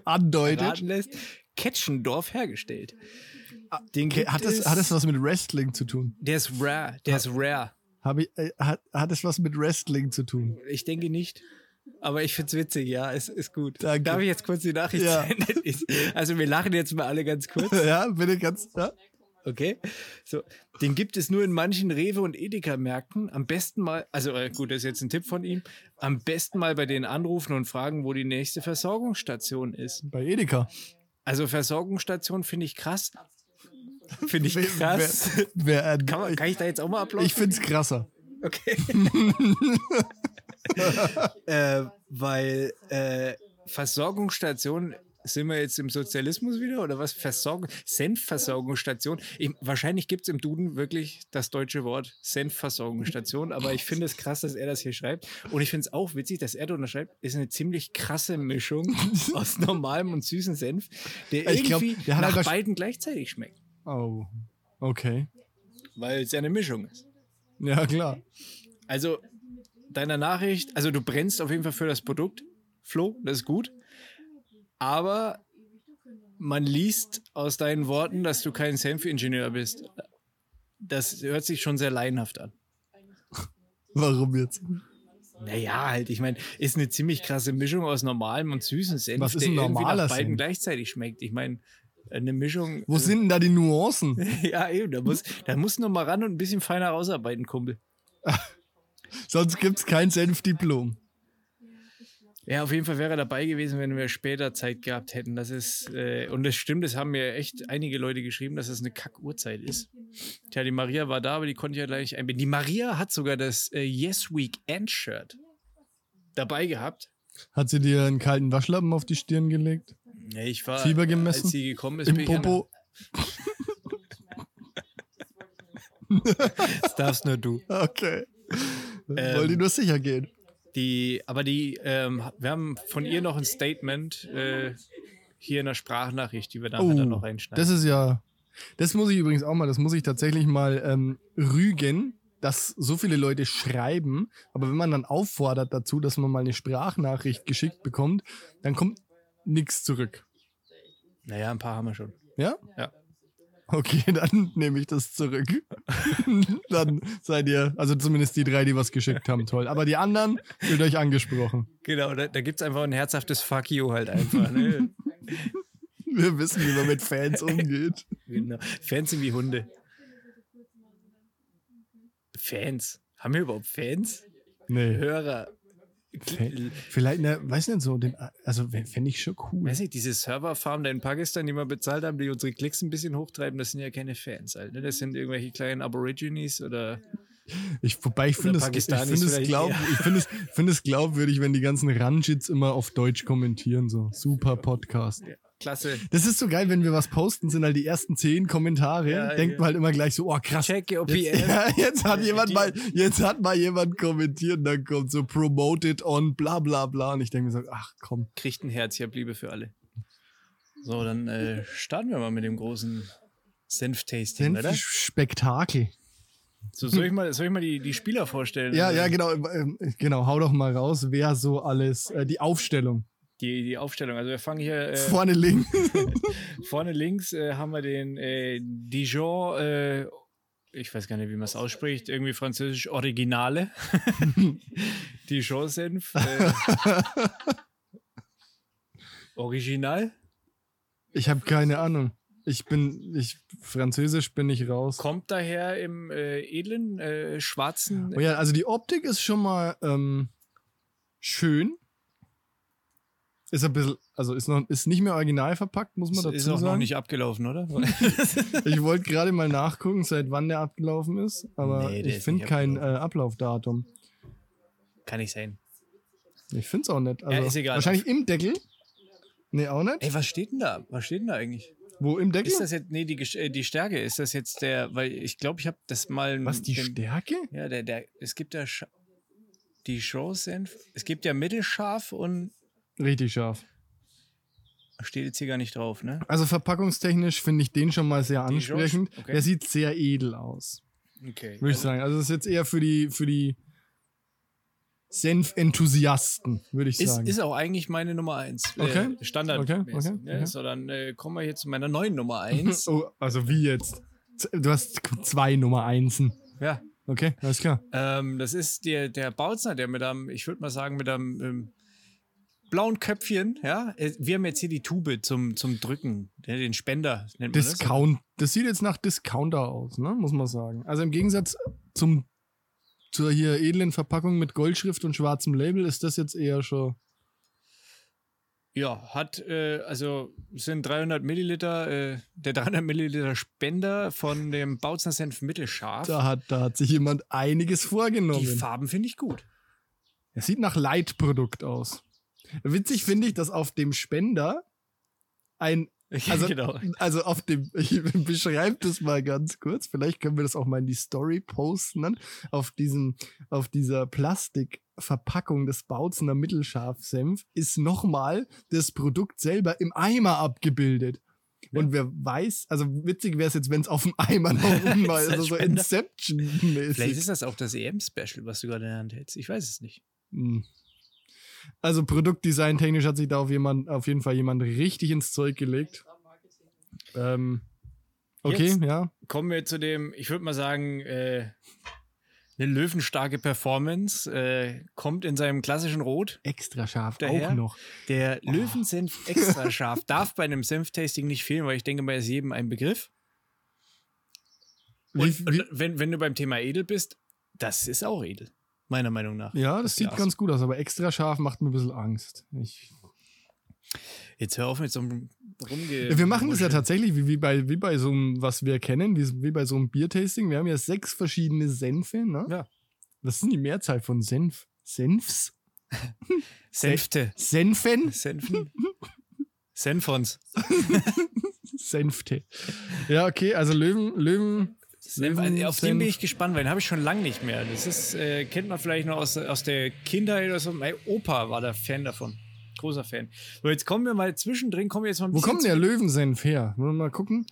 S2: Andeutet.
S1: raten lässt, Ketschendorf hergestellt. Den
S2: Okay,
S1: gibt
S2: hat, das,
S1: es-
S2: hat das was mit Wrestling zu tun?
S1: Der ist rare, der ist rare.
S2: Hab ich, äh, hat, hat es was mit Wrestling zu tun?
S1: Ich denke nicht. Aber ich find's witzig, ja, es ist gut.
S2: Danke.
S1: Darf ich jetzt kurz die Nachricht
S2: Ja.
S1: senden? Also wir lachen jetzt mal alle ganz kurz.
S2: Ja, bitte ganz. Ja?
S1: Okay. So, den gibt es nur in manchen Rewe- und Edeka-Märkten. Am besten mal, also äh, gut, das ist jetzt ein Tipp von ihm, am besten mal bei denen anrufen und fragen, wo die nächste Versorgungsstation ist.
S2: Bei Edeka.
S1: Also Versorgungsstation finde ich krass. Finde ich
S2: Wer-
S1: krass.
S2: Wer, wer,
S1: Kann, man, kann ich da jetzt auch mal
S2: ich
S1: applaudieren?
S2: find's krasser.
S1: Okay. äh, weil äh, Versorgungsstation, sind wir jetzt im Sozialismus wieder oder was? Versorgung, Senfversorgungsstation. Ich, wahrscheinlich gibt es im Duden wirklich das deutsche Wort Senfversorgungsstation, aber ich finde es krass, dass er das hier schreibt. Und ich finde es auch witzig, dass er da unterschreibt, ist eine ziemlich krasse Mischung aus normalem und süßen Senf, der
S2: Ich glaub,
S1: irgendwie
S2: der hat
S1: nach
S2: aber-
S1: beiden gleichzeitig schmeckt,
S2: Oh. Okay.
S1: weil es ja eine Mischung ist.
S2: Ja, klar.
S1: Also, deiner Nachricht, also du brennst auf jeden Fall für das Produkt, Flo, das ist gut. Aber man liest aus deinen Worten, dass du kein Senf-Ingenieur bist. Das hört sich schon sehr laienhaft an.
S2: Warum jetzt?
S1: Naja, halt, ich meine, ist eine ziemlich krasse Mischung aus normalem und süßen Senf,
S2: Was ist
S1: der
S2: ein
S1: irgendwie
S2: normaler
S1: nach beiden
S2: Senf?
S1: gleichzeitig schmeckt. Ich meine, eine Mischung. äh,
S2: Wo sind denn da die Nuancen?
S1: Ja, eben, da muss, da muss noch mal ran und ein bisschen feiner rausarbeiten, Kumpel.
S2: Sonst gibt's kein Senfdiplom.
S1: Ja, auf jeden Fall wäre er dabei gewesen, wenn wir später Zeit gehabt hätten. Das ist, äh, und das stimmt, das haben mir echt einige Leute geschrieben, dass das eine Kack-Uhrzeit ist. Tja, die Maria war da, aber die konnte ich ja gleich einbinden. Die Maria hat sogar das äh, Yes Week End-Shirt dabei gehabt.
S2: Hat sie dir einen kalten Waschlappen auf die Stirn gelegt?
S1: Ja, Ich war,
S2: Fieber gemessen?
S1: Äh, als sie gekommen ist,
S2: Im
S1: bin ich an-
S2: Popo?
S1: Das darfst nur du.
S2: Okay.
S1: Ähm,
S2: Wollte nur sicher gehen.
S1: Die, aber die, ähm, wir haben von ihr noch ein Statement äh, hier in der Sprachnachricht, die wir nachher dann noch einschneiden.
S2: das ist ja. Das muss ich übrigens auch mal, das muss ich tatsächlich mal ähm, rügen, dass so viele Leute schreiben, aber wenn man dann auffordert dazu, dass man mal eine Sprachnachricht geschickt bekommt, dann kommt nichts zurück.
S1: naja, ein paar haben wir schon.
S2: Ja?
S1: Ja.
S2: Okay, dann nehme ich das zurück. dann seid ihr, also zumindest die drei, die was geschickt haben, toll. Aber die anderen fühlt euch angesprochen.
S1: Genau, da, da gibt es einfach ein herzhaftes Fuck you halt einfach. Ne?
S2: Wir wissen, wie man mit Fans umgeht.
S1: Genau. Fans sind wie Hunde. Fans. Haben wir überhaupt Fans?
S2: Nee.
S1: Hörer.
S2: Fan- Vielleicht, ne, weiß nicht so, den, also fände ich schon cool.
S1: Weiß nicht, diese Serverfarm da in Pakistan, die wir bezahlt haben, die unsere Klicks ein bisschen hochtreiben, das sind ja keine Fans, Alter. Das sind irgendwelche kleinen Aborigines oder.
S2: Ich, wobei ich
S1: Oder
S2: finde es, ich
S1: Pakistanis
S2: find es,
S1: vielleicht
S2: glaub,
S1: eher.
S2: ich find es, find es glaubwürdig, wenn die ganzen Ranjits immer auf Deutsch kommentieren. So, super Podcast.
S1: Klasse.
S2: Das ist so geil, wenn wir was posten, sind halt die ersten zehn Kommentare.
S1: Ja,
S2: denkt
S1: ja.
S2: man halt immer gleich so, oh krass.
S1: Check your
S2: Jetzt,
S1: PL.
S2: ja, jetzt hat
S1: Ja,
S2: jemand
S1: die-
S2: mal, jetzt hat mal jemand kommentiert und dann kommt so promoted on bla bla bla. Und ich denke mir so, ach komm.
S1: Kriegt ein Herz, ich hab Liebe für alle. So, dann äh, starten wir mal mit dem großen Senf-Tasting, oder?
S2: Spektakel.
S1: So, soll ich mal, soll ich mal die, die Spieler vorstellen?
S2: Ja,
S1: Also
S2: ja, genau. ähm, Genau, hau doch mal raus, wer so alles, äh, die Aufstellung.
S1: Die, die Aufstellung. Also wir fangen hier äh,
S2: Vorne links.
S1: vorne links äh, haben wir den äh, Dijon, äh, ich weiß gar nicht, wie man es ausspricht, irgendwie französisch Originale. Dijon-Senf. Äh, Original.
S2: Ich habe keine Ahnung. Ich bin, ich, Französisch bin ich raus.
S1: Kommt daher im äh, edlen, äh, schwarzen.
S2: Oh ja, also die Optik ist schon mal ähm, schön. Ist ein bisschen, also ist noch, ist nicht mehr original verpackt, muss man dazu
S1: ist auch noch
S2: sagen.
S1: nicht abgelaufen, oder?
S2: Ich wollte gerade mal nachgucken, seit wann der abgelaufen ist, aber
S1: Nee, der
S2: ich
S1: ist
S2: finde
S1: nicht
S2: kein äh, Ablaufdatum.
S1: Kann nicht sein.
S2: Ich finde es auch nicht. Also
S1: Ja, ist egal.
S2: Wahrscheinlich im Deckel. Nee, auch nicht.
S1: Ey, was steht denn da? Was steht denn da eigentlich?
S2: Wo im Deckel?
S1: Ist das jetzt, nee, die, Gesch- äh, die Stärke, ist das jetzt der, weil ich glaube, ich habe das mal.
S2: Was, die
S1: den-
S2: Stärke?
S1: Ja, der, der, es gibt ja Sch die Show-Senf. Es gibt ja mittelscharf und
S2: Richtig scharf.
S1: steht jetzt hier gar nicht drauf, ne?
S2: Also verpackungstechnisch finde ich den schon mal sehr
S1: Die George?
S2: ansprechend.
S1: Okay.
S2: Der sieht sehr edel aus.
S1: Okay.
S2: Würde ich sagen. Also, das ist jetzt eher für die, für die Senfenthusiasten, würde ich
S1: Ist,
S2: sagen.
S1: ist auch eigentlich meine Nummer 1.
S2: Okay,
S1: Äh, Standard.
S2: okay, okay,
S1: ne?
S2: okay.
S1: So, dann äh, kommen wir hier zu meiner neuen Nummer 1.
S2: oh, also, wie jetzt? Z- Du hast k- zwei Nummer Einsen.
S1: ja.
S2: Okay, alles klar.
S1: Ähm, das ist der, der Bautzner, der mit einem, ich würde mal sagen, mit einem ähm, blauen Köpfchen, ja. Äh, Wir haben jetzt hier die Tube zum, zum Drücken, ne, den Spender nennt man das.
S2: Discount. Das sieht jetzt nach Discounter aus, ne? muss man sagen. Also, im Gegensatz zum, zur hier edlen Verpackung mit Goldschrift und schwarzem Label ist das jetzt eher schon.
S1: Ja, hat, äh, also sind 300 Milliliter, äh, der 300 Milliliter Spender von dem Bautzner Senf mittelscharf.
S2: Da hat, da hat sich jemand einiges vorgenommen.
S1: Die Farben finde ich gut.
S2: Es sieht nach Leitprodukt aus. Witzig finde ich, dass auf dem Spender ein, Also-
S1: genau.
S2: also auf dem, ich beschreibe das mal ganz kurz, vielleicht können wir das auch mal in die Story posten, dann, auf diesem, auf dieser Plastikverpackung des Bautzener Mittelscharfsenf ist nochmal das Produkt selber im Eimer abgebildet.
S1: Ja.
S2: Und wer weiß, also witzig wäre es jetzt, wenn es auf dem Eimer noch mal
S1: Ist
S2: also
S1: das
S2: so
S1: Spender? Vielleicht
S2: Inception-mäßig.
S1: ist das auch das EM-Special, was du gerade in der Hand hältst. Ich weiß es nicht.
S2: Hm. Also Produktdesign technisch hat sich da auf, jemand, auf jeden Fall jemand richtig ins Zeug gelegt.
S3: Extra Marketing.
S2: Ähm, okay,
S1: Jetzt-
S2: ja.
S1: Kommen wir zu dem, ich würde mal sagen, äh, eine löwenstarke Performance. Äh, kommt in seinem klassischen Rot.
S2: Extra scharf
S1: Daher?
S2: auch noch.
S1: Der Löwensenf extra scharf darf bei einem Senf-Tasting nicht fehlen, weil ich denke, mal ist jedem ein Begriff.
S2: Wie,
S1: Und,
S2: wie,
S1: und wenn, wenn du beim Thema edel bist, das ist auch edel, meiner Meinung nach.
S2: ja, das sieht
S1: Glas.
S2: ganz gut aus, aber extra scharf macht mir ein bisschen Angst. Ich,
S1: Jetzt hör auf mit so einem Rumge.
S2: wir machen das ja
S1: Rumscheln.
S2: tatsächlich wie, wie, bei, wie bei so einem, was wir kennen, wie, wie bei so einem Biertasting. Wir haben ja sechs verschiedene Senfe, ne?
S1: Ja.
S2: Was ist denn die Mehrzahl von Senf? Senfs?
S1: Senfte.
S2: Senfen?
S1: Senfen. Senfons.
S2: Senfte. Ja, okay, also Löwen, Löwen.
S1: Senf, also auf den
S2: Senf.
S1: bin ich gespannt, weil den habe ich schon lange nicht mehr. Das ist, äh, kennt man vielleicht noch aus, aus der Kindheit oder so. Mein Opa war da Fan davon. Großer Fan. So, jetzt kommen wir mal zwischendrin, kommen wir jetzt mal ein
S2: Wo
S1: bisschen
S2: kommt denn der Löwensenf her? Wollen wir mal gucken.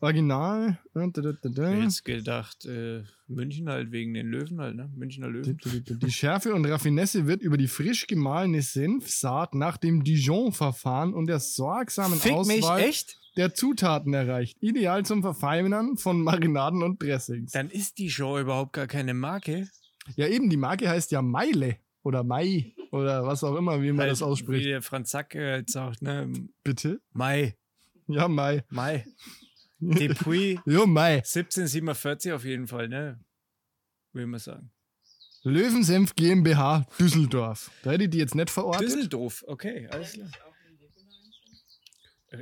S2: Original. Da, da, da, da,
S1: zu- Ich
S2: da.
S1: hätte jetzt gedacht, äh, München halt wegen den Löwen halt, ne? Münchner Löwen.
S2: Die Schärfe und Raffinesse wird über die frisch gemahlene Senfsaat nach dem Dijon-Verfahren und der sorgsamen
S1: Fick mich,
S2: Auswahl
S1: echt?
S2: der Zutaten erreicht. Ideal zum Verfeinern von Marinaden und Dressings.
S1: Dann ist die Show überhaupt gar keine Marke.
S2: Ja, eben, die Marke heißt ja Meile oder Mai oder was auch immer, wie man das
S1: Halt, Wie
S2: ausspricht.
S1: der Franz Zack äh, jetzt sagt, ne?
S2: Bitte?
S1: Mai,
S2: Ja, Mai.
S1: Mai. Depuis
S2: Jo, Mai.
S1: 1747 auf jeden Fall, ne? Will man sagen.
S2: Löwensenf GmbH Düsseldorf. Da hätte ich die jetzt nicht verortet.
S1: Düsseldorf, okay, alles klar.
S3: Auch in Regionalen Senf.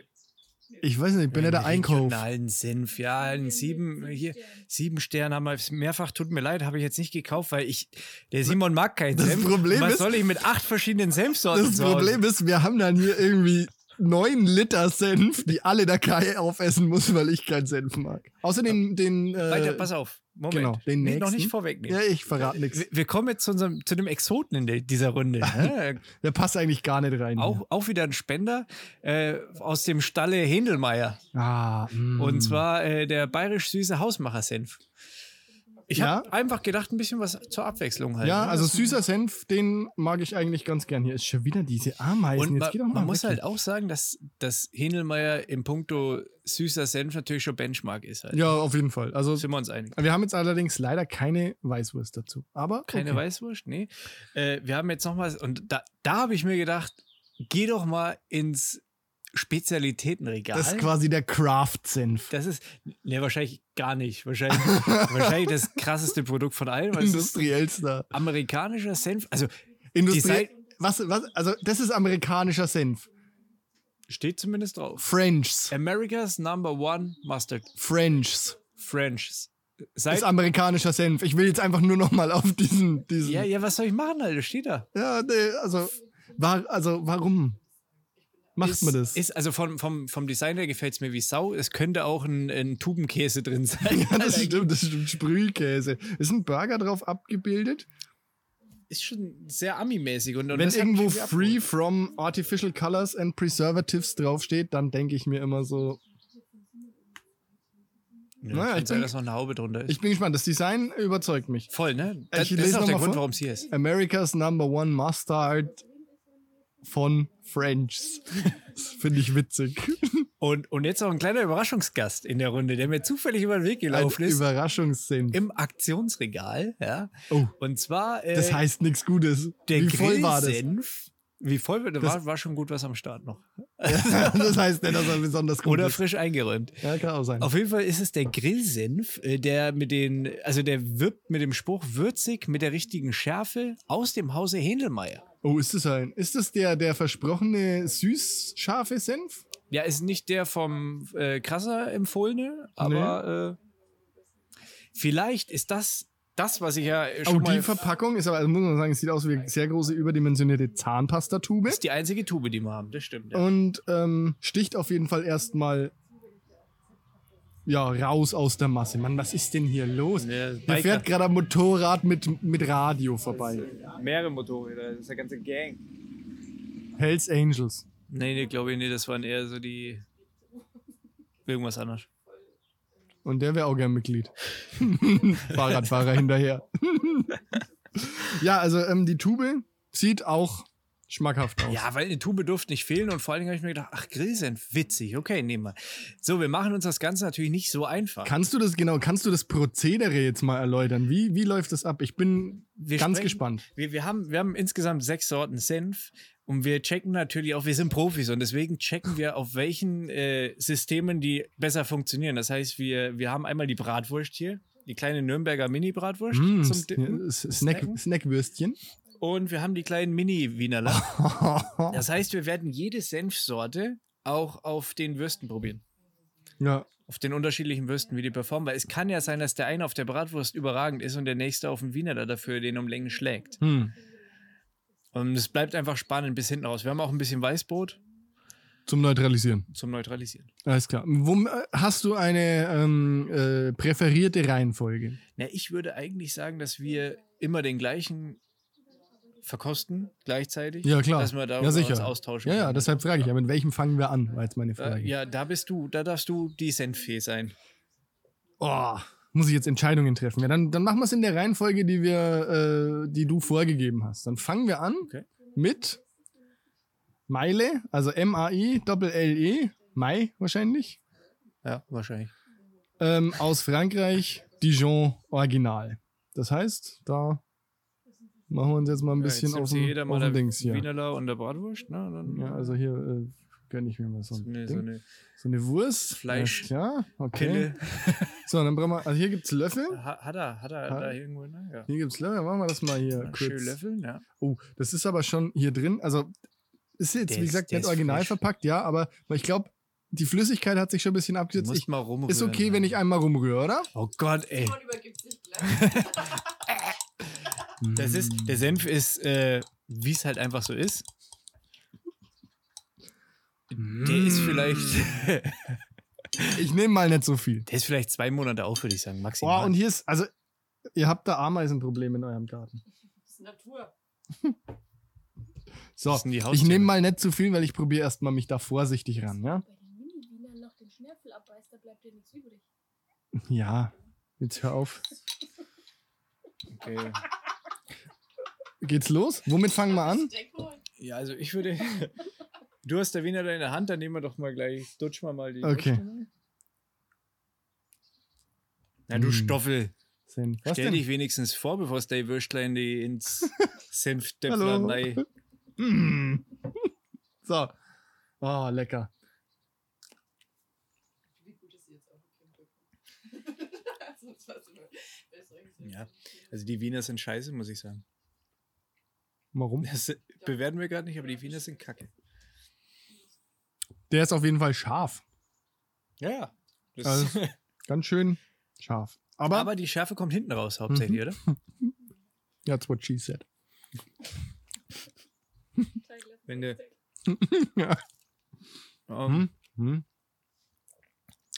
S2: Ich weiß nicht, ich bin ja der Einkauf.
S1: Regionalen Senf, ja, ein sieben, hier, sieben Sterne haben wir mehrfach, tut mir leid, habe ich jetzt nicht gekauft, weil ich, der Simon mag keinen
S2: Das
S1: Senf.
S2: Problem
S1: Was
S2: ist-
S1: soll ich mit acht verschiedenen Senfsorten
S2: Das
S1: zu Hause?
S2: Problem ist, wir haben dann hier irgendwie neun Liter Senf, die alle der Kai aufessen muss, weil ich keinen Senf mag. Außer den, den äh,
S1: Weiter, pass auf. Moment.
S2: genau, den
S1: nee, noch
S2: nächsten.
S1: nicht vorwegnehmen.
S2: Ja, ich verrate nichts.
S1: Wir, wir kommen jetzt zu, unserem, zu dem Exoten in de, dieser Runde. ne?
S2: Der passt eigentlich gar nicht rein.
S1: auch, auch wieder ein Spender äh, aus dem Stalle Händelmeier.
S2: hier. Ah, mm.
S1: Und zwar äh, der bayerisch süße Hausmacher-Senf. Ich habe einfach gedacht, ein bisschen was zur Abwechslung halt.
S2: Ja,
S1: ne?
S2: also
S1: Das-
S2: süßer Senf, den mag ich eigentlich ganz gern. Hier ist schon wieder diese Ameisen.
S1: Und
S2: Jetzt
S1: man,
S2: geht doch mal
S1: man muss
S2: weg
S1: halt
S2: hier.
S1: auch sagen, dass, dass Hindelmeier im Punkto süßer Senf natürlich schon Benchmark ist. Halt.
S2: Ja, auf jeden Fall. Also
S1: Sind wir uns einig.
S2: wir haben jetzt allerdings leider keine Weißwurst dazu. Aber
S1: Keine
S2: okay.
S1: Weißwurst, nee. Äh, wir haben jetzt nochmal, und da, da habe ich mir gedacht, geh doch mal ins Spezialitätenregal.
S2: Das ist quasi der Craft-Senf.
S1: Das ist, ne, wahrscheinlich gar nicht. Wahrscheinlich, wahrscheinlich das krasseste Produkt von allen, weil es ist
S2: Industriellster.
S1: amerikanischer Senf. Also
S2: Industriell.
S1: Design-
S2: Was, was, also das ist amerikanischer Senf.
S1: steht zumindest drauf.
S2: Frenchs.
S1: America's number one mustard
S2: Frenchs.
S1: French. Seit,
S2: Ist amerikanischer Senf. Ich will jetzt einfach nur nochmal auf diesen. diesen
S1: ja, ja, was soll ich machen, Alter? Steht da.
S2: Ja, nee, also, war, also warum macht
S1: ist,
S2: man das?
S1: Ist, also vom, vom, vom Design her gefällt es mir wie Sau. Es könnte auch ein, ein Tubenkäse drin sein.
S2: ja, das stimmt, das stimmt. Sprühkäse. Ist ein Burger drauf abgebildet?
S1: Ist schon sehr Ami-mäßig. Und, und
S2: Wenn
S1: das hat
S2: irgendwo
S1: mich irgendwie
S2: free
S1: abgeholt.
S2: from artificial colors and preservatives draufsteht, dann denke ich mir immer so.
S1: Ja,
S2: Naja,
S1: naja,
S2: ich
S1: ich
S2: bin-
S1: dass noch eine Haube drunter ist.
S2: Ich bin gespannt. Das Design überzeugt mich.
S1: Voll, ne? Das,
S2: Ich
S1: das ist
S2: lese
S1: auch
S2: noch
S1: der
S2: mal
S1: Grund,
S2: vor.
S1: warum es hier ist.
S2: America's Number One Mustard von Frenchs. Das Finde ich witzig.
S1: Und, und jetzt noch ein kleiner Überraschungsgast in der Runde, der mir zufällig über den Weg
S2: Ein
S1: gelaufen ist.
S2: Überraschungssinn.
S1: Im Aktionsregal, ja.
S2: Oh,
S1: Und zwar äh,
S2: das heißt nichts Gutes.
S1: der
S2: Wie voll war das?
S1: Grillsenf. Wie voll war das?
S2: Das-
S1: War, war schon gut was am Start noch.
S2: das heißt nicht, dass er besonders gut
S1: Oder
S2: ist.
S1: frisch eingeräumt.
S2: Ja, kann auch sein.
S1: Auf jeden Fall ist es der Grillsenf, äh, der mit den, also der wirbt mit dem Spruch würzig mit der richtigen Schärfe aus dem Hause Händelmeier.
S2: Oh, ist das ein? Ist das der, der versprochene süß-scharfe Senf?
S1: Ja, ist nicht der vom äh, Krasser empfohlene, aber äh, vielleicht ist das das, was ich ja äh, schon
S2: Oh,
S1: mal
S2: die Verpackung ist aber, also muss man sagen, es sieht aus wie eine sehr große überdimensionierte Zahnpastatube.
S1: ist die einzige Tube, die wir haben. Das stimmt. Ja.
S2: Und ähm, sticht auf jeden Fall erstmal ja, raus aus der Masse. Mann, was ist denn hier los?
S1: Ja,
S2: Hier
S1: Biker.
S2: fährt gerade ein Motorrad mit, mit Radio vorbei.
S1: Mehrere Motorräder, das ist der ganze Gang.
S2: Hells Angels.
S1: Nee, nee, glaube ich, nee, das waren eher so die irgendwas anderes.
S2: Und der wäre auch gern Mitglied. Fahrradfahrer hinterher. ja, also ähm, die Tube sieht auch schmackhaft aus.
S1: Ja, weil eine Tube durfte nicht fehlen und vor allen Dingen habe ich mir gedacht, ach, Grillsenf, witzig, okay, nehmen wir. So, wir machen uns das Ganze natürlich nicht so einfach.
S2: Kannst du das genau, kannst du das Prozedere jetzt mal erläutern? Wie, wie läuft das ab? Ich bin
S1: Wir
S2: ganz
S1: sprechen-
S2: gespannt.
S1: Wir, wir, haben, wir haben insgesamt sechs Sorten Senf und wir checken natürlich auch, wir sind Profis und deswegen checken wir, auf welchen äh, Systemen die besser funktionieren. Das heißt, wir, wir haben einmal die Bratwurst hier, die kleine Nürnberger Mini-Bratwurst
S2: Mm,
S1: zum
S2: Snack,
S1: Dippen Snacken?
S2: Snack, Snackwürstchen.
S1: und wir haben die kleinen Mini-Wienerler. Das heißt, wir werden jede Senfsorte auch auf den Würsten probieren.
S2: ja,
S1: auf den unterschiedlichen Würsten, wie die performen, weil es kann ja sein, dass der eine auf der Bratwurst überragend ist und der nächste auf dem Wiener da dafür den um Längen schlägt.
S2: hm.
S1: Und es bleibt einfach spannend bis hinten raus. Wir haben auch ein bisschen Weißbrot
S2: Zum Neutralisieren.
S1: zum Neutralisieren.
S2: Alles klar. Wo, äh, hast du eine ähm, äh, präferierte Reihenfolge?
S1: Na, ich würde eigentlich sagen, dass wir immer den gleichen verkosten gleichzeitig.
S2: Ja, klar.
S1: Dass wir da
S2: ja, sicher.
S1: uns austauschen
S2: Ja, ja,
S1: können.
S2: deshalb frage ich ja, mit welchem fangen wir an, war jetzt meine Frage.
S1: Äh, ja, da bist du, da darfst du die Senffee sein.
S2: Oh, muss ich jetzt Entscheidungen treffen? Ja, dann, dann machen wir es in der Reihenfolge, die wir, äh, die du vorgegeben hast. Dann fangen wir an
S1: Okay.
S2: mit Meile, also M-A-I, Doppel-L-E, E, Mai wahrscheinlich,
S1: Ja, wahrscheinlich.
S2: ähm, aus Frankreich, Dijon Original. Das heißt, da machen wir uns jetzt mal ein bisschen
S1: ja,
S2: auf
S1: jetzt nimmt sich jeder
S2: den,
S1: mal
S2: auf den
S1: der
S2: Dings hier.
S1: Wienerler und der Bratwurst. Ne? Und Dann
S2: Ja, also hier äh, gönne ich mir mal so,
S1: so
S2: ein
S1: eine,
S2: Ding.
S1: so eine
S2: so eine Wurst.
S1: Fleisch-
S2: Ja, okay.
S1: Pille.
S2: So, dann brauchen wir, also hier gibt es Löffel.
S1: Ha- Hat er, hat er
S2: Hat-
S1: da irgendwo, ne? Ja.
S2: Hier gibt es Löffel, machen wir das mal hier
S1: Na,
S2: kurz.
S1: Schön löffeln, ja.
S2: Oh, das ist aber schon hier drin. Also ist jetzt,
S1: Der
S2: wie
S1: ist-
S2: gesagt,
S1: der
S2: nicht
S1: ist
S2: original
S1: frisch.
S2: verpackt, ja, aber weil ich glaube, die Flüssigkeit hat sich schon ein bisschen abgesetzt. Ich,
S1: mal rumrühren.
S2: ist okay, wenn ich einmal rumrühre, oder?
S1: Oh Gott, ey.
S3: Simon übergibt sich gleich.
S1: Das ist, der Senf ist, äh, wie es halt einfach so ist. Der
S2: Mm.
S1: ist vielleicht,
S2: Ich nehme mal nicht so viel.
S1: der ist vielleicht zwei Monate auf, würde ich sagen, maximal.
S2: Boah, und hier ist, also, ihr habt da Ameisenprobleme in eurem Garten.
S3: Das ist Natur.
S2: So,
S1: sind die
S2: ich
S1: Haustiere.
S2: nehme mal nicht zu viel, weil ich probiere erstmal mich da vorsichtig ran, ja?
S4: Bei den Mini-Wienern noch den Schnörkel abbeißt, da bleibt dir nichts übrig.
S2: Ja, jetzt hör auf.
S1: okay.
S2: Geht's los? Womit fangen wir an?
S3: Deko.
S1: Ja, also ich würde. Du hast der Wiener da in der Hand, dann nehmen wir doch mal gleich. Dutsch mal mal die.
S2: Okay.
S1: Ausstellung. Na, du
S2: Hm.
S1: Stoffel.
S2: Sinn. Was
S1: Stell
S2: denn?
S1: dich wenigstens vor, bevor es dein Würstlein die ins
S2: Hallo.
S1: Senfdäpflein rein-
S2: Mm. So. Oh, lecker.
S3: Wie gut, dass ihr jetzt auch gekämpft habt. Sonst war's immer besser.
S1: Ja. Also die Wiener sind scheiße, muss ich sagen.
S2: Warum?
S1: Das bewerten wir gerade nicht, aber die Wiener sind kacke.
S2: Der ist auf jeden Fall scharf.
S1: Ja, ja. Das
S2: Also- Ganz schön scharf. Aber, Mhm.
S1: aber, die Schärfe kommt hinten raus hauptsächlich, oder?
S2: that's what she said.
S1: Wenn du,
S2: Ja.
S1: ähm,
S2: Hm? Hm?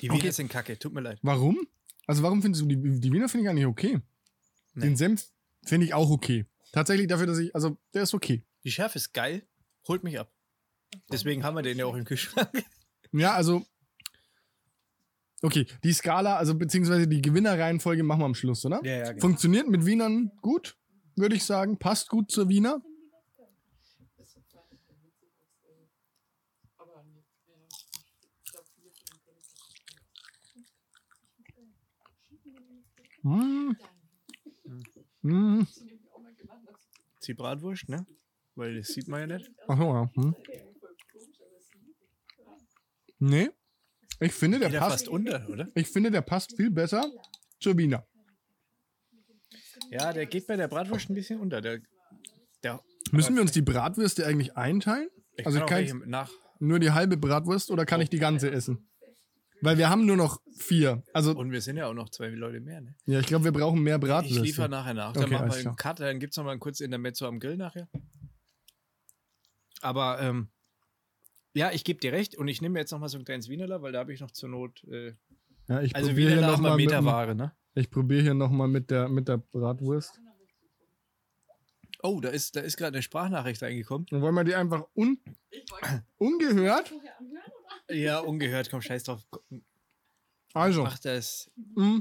S1: Die Wiener
S2: Okay.
S1: sind kacke, tut mir leid.
S2: Warum? Also warum findest du die, die Wiener finde ich eigentlich okay.
S1: Nee.
S2: Den Senf finde ich auch okay. Tatsächlich dafür, dass ich, also der ist okay.
S1: Die Schärfe ist geil, holt mich ab. Deswegen haben wir den ja auch im Kühlschrank.
S2: Ja, also okay, die Skala, also beziehungsweise die Gewinnerreihenfolge machen wir am Schluss, oder?
S1: Ja, ja,
S2: Funktioniert mit Wienern gut, würde ich sagen. Passt gut zur Wiener.
S3: Das ist zwar nicht der Witz, aber, äh, aber nicht, ja. Ich glaub, viele von denen können das nicht.
S2: Mm,
S3: Danke.
S2: mm.
S3: Ich hab nämlich auch mal gemacht, dass-
S1: Zieh Bratwurst, ne? Weil das sieht man ja nicht.
S2: Ach so, ja. Hm.
S3: Voll komisch, aber es ist niedlich.
S2: Nee. Ich finde, der
S1: Geht ja
S2: passt.
S1: fast um. unter, oder?
S2: Ich finde, der passt viel besser zur Wiener.
S1: Ja, der geht bei der Bratwurst ein bisschen unter. Der, der,
S2: Müssen wir uns die Bratwürste eigentlich einteilen?
S1: ich
S2: Also
S1: kann auch
S2: kein-
S1: welche nach.
S2: Nur die halbe Bratwurst oder kann ich die ganze essen? Weil wir haben nur noch vier. Also,
S1: Und wir sind ja auch noch zwei Leute mehr, ne?
S2: ja, ich glaube, wir brauchen mehr
S1: Ich liefere
S2: Bratwürste.
S1: nachher nach. Dann
S2: Okay,
S1: machen
S2: alles
S1: wir
S2: klar.
S1: einen Cut, dann gibt es nochmal ein kurzes Intermezzo am Grill nachher. Aber ähm, ja, ich gebe dir recht und ich nehme mir jetzt nochmal so ein kleines Wienerler, weil da habe ich noch zur Not. Äh,
S2: Ja, ich
S1: also
S2: probiere hier
S1: Wienerler haben wir
S2: nochmal mit, dem-
S1: Meterware, ne?
S2: ich probier hier noch mal mit, der, mit der Bratwurst.
S1: Oh, da ist, da ist gerade eine Sprachnachricht eingekommen.
S2: Dann wollen wir die einfach un,
S3: Ich wollte
S2: ungehört.
S3: vorher anhören.
S1: Ja, ungehört, komm, scheiß drauf.
S2: Also,
S1: Mach das.
S2: mm.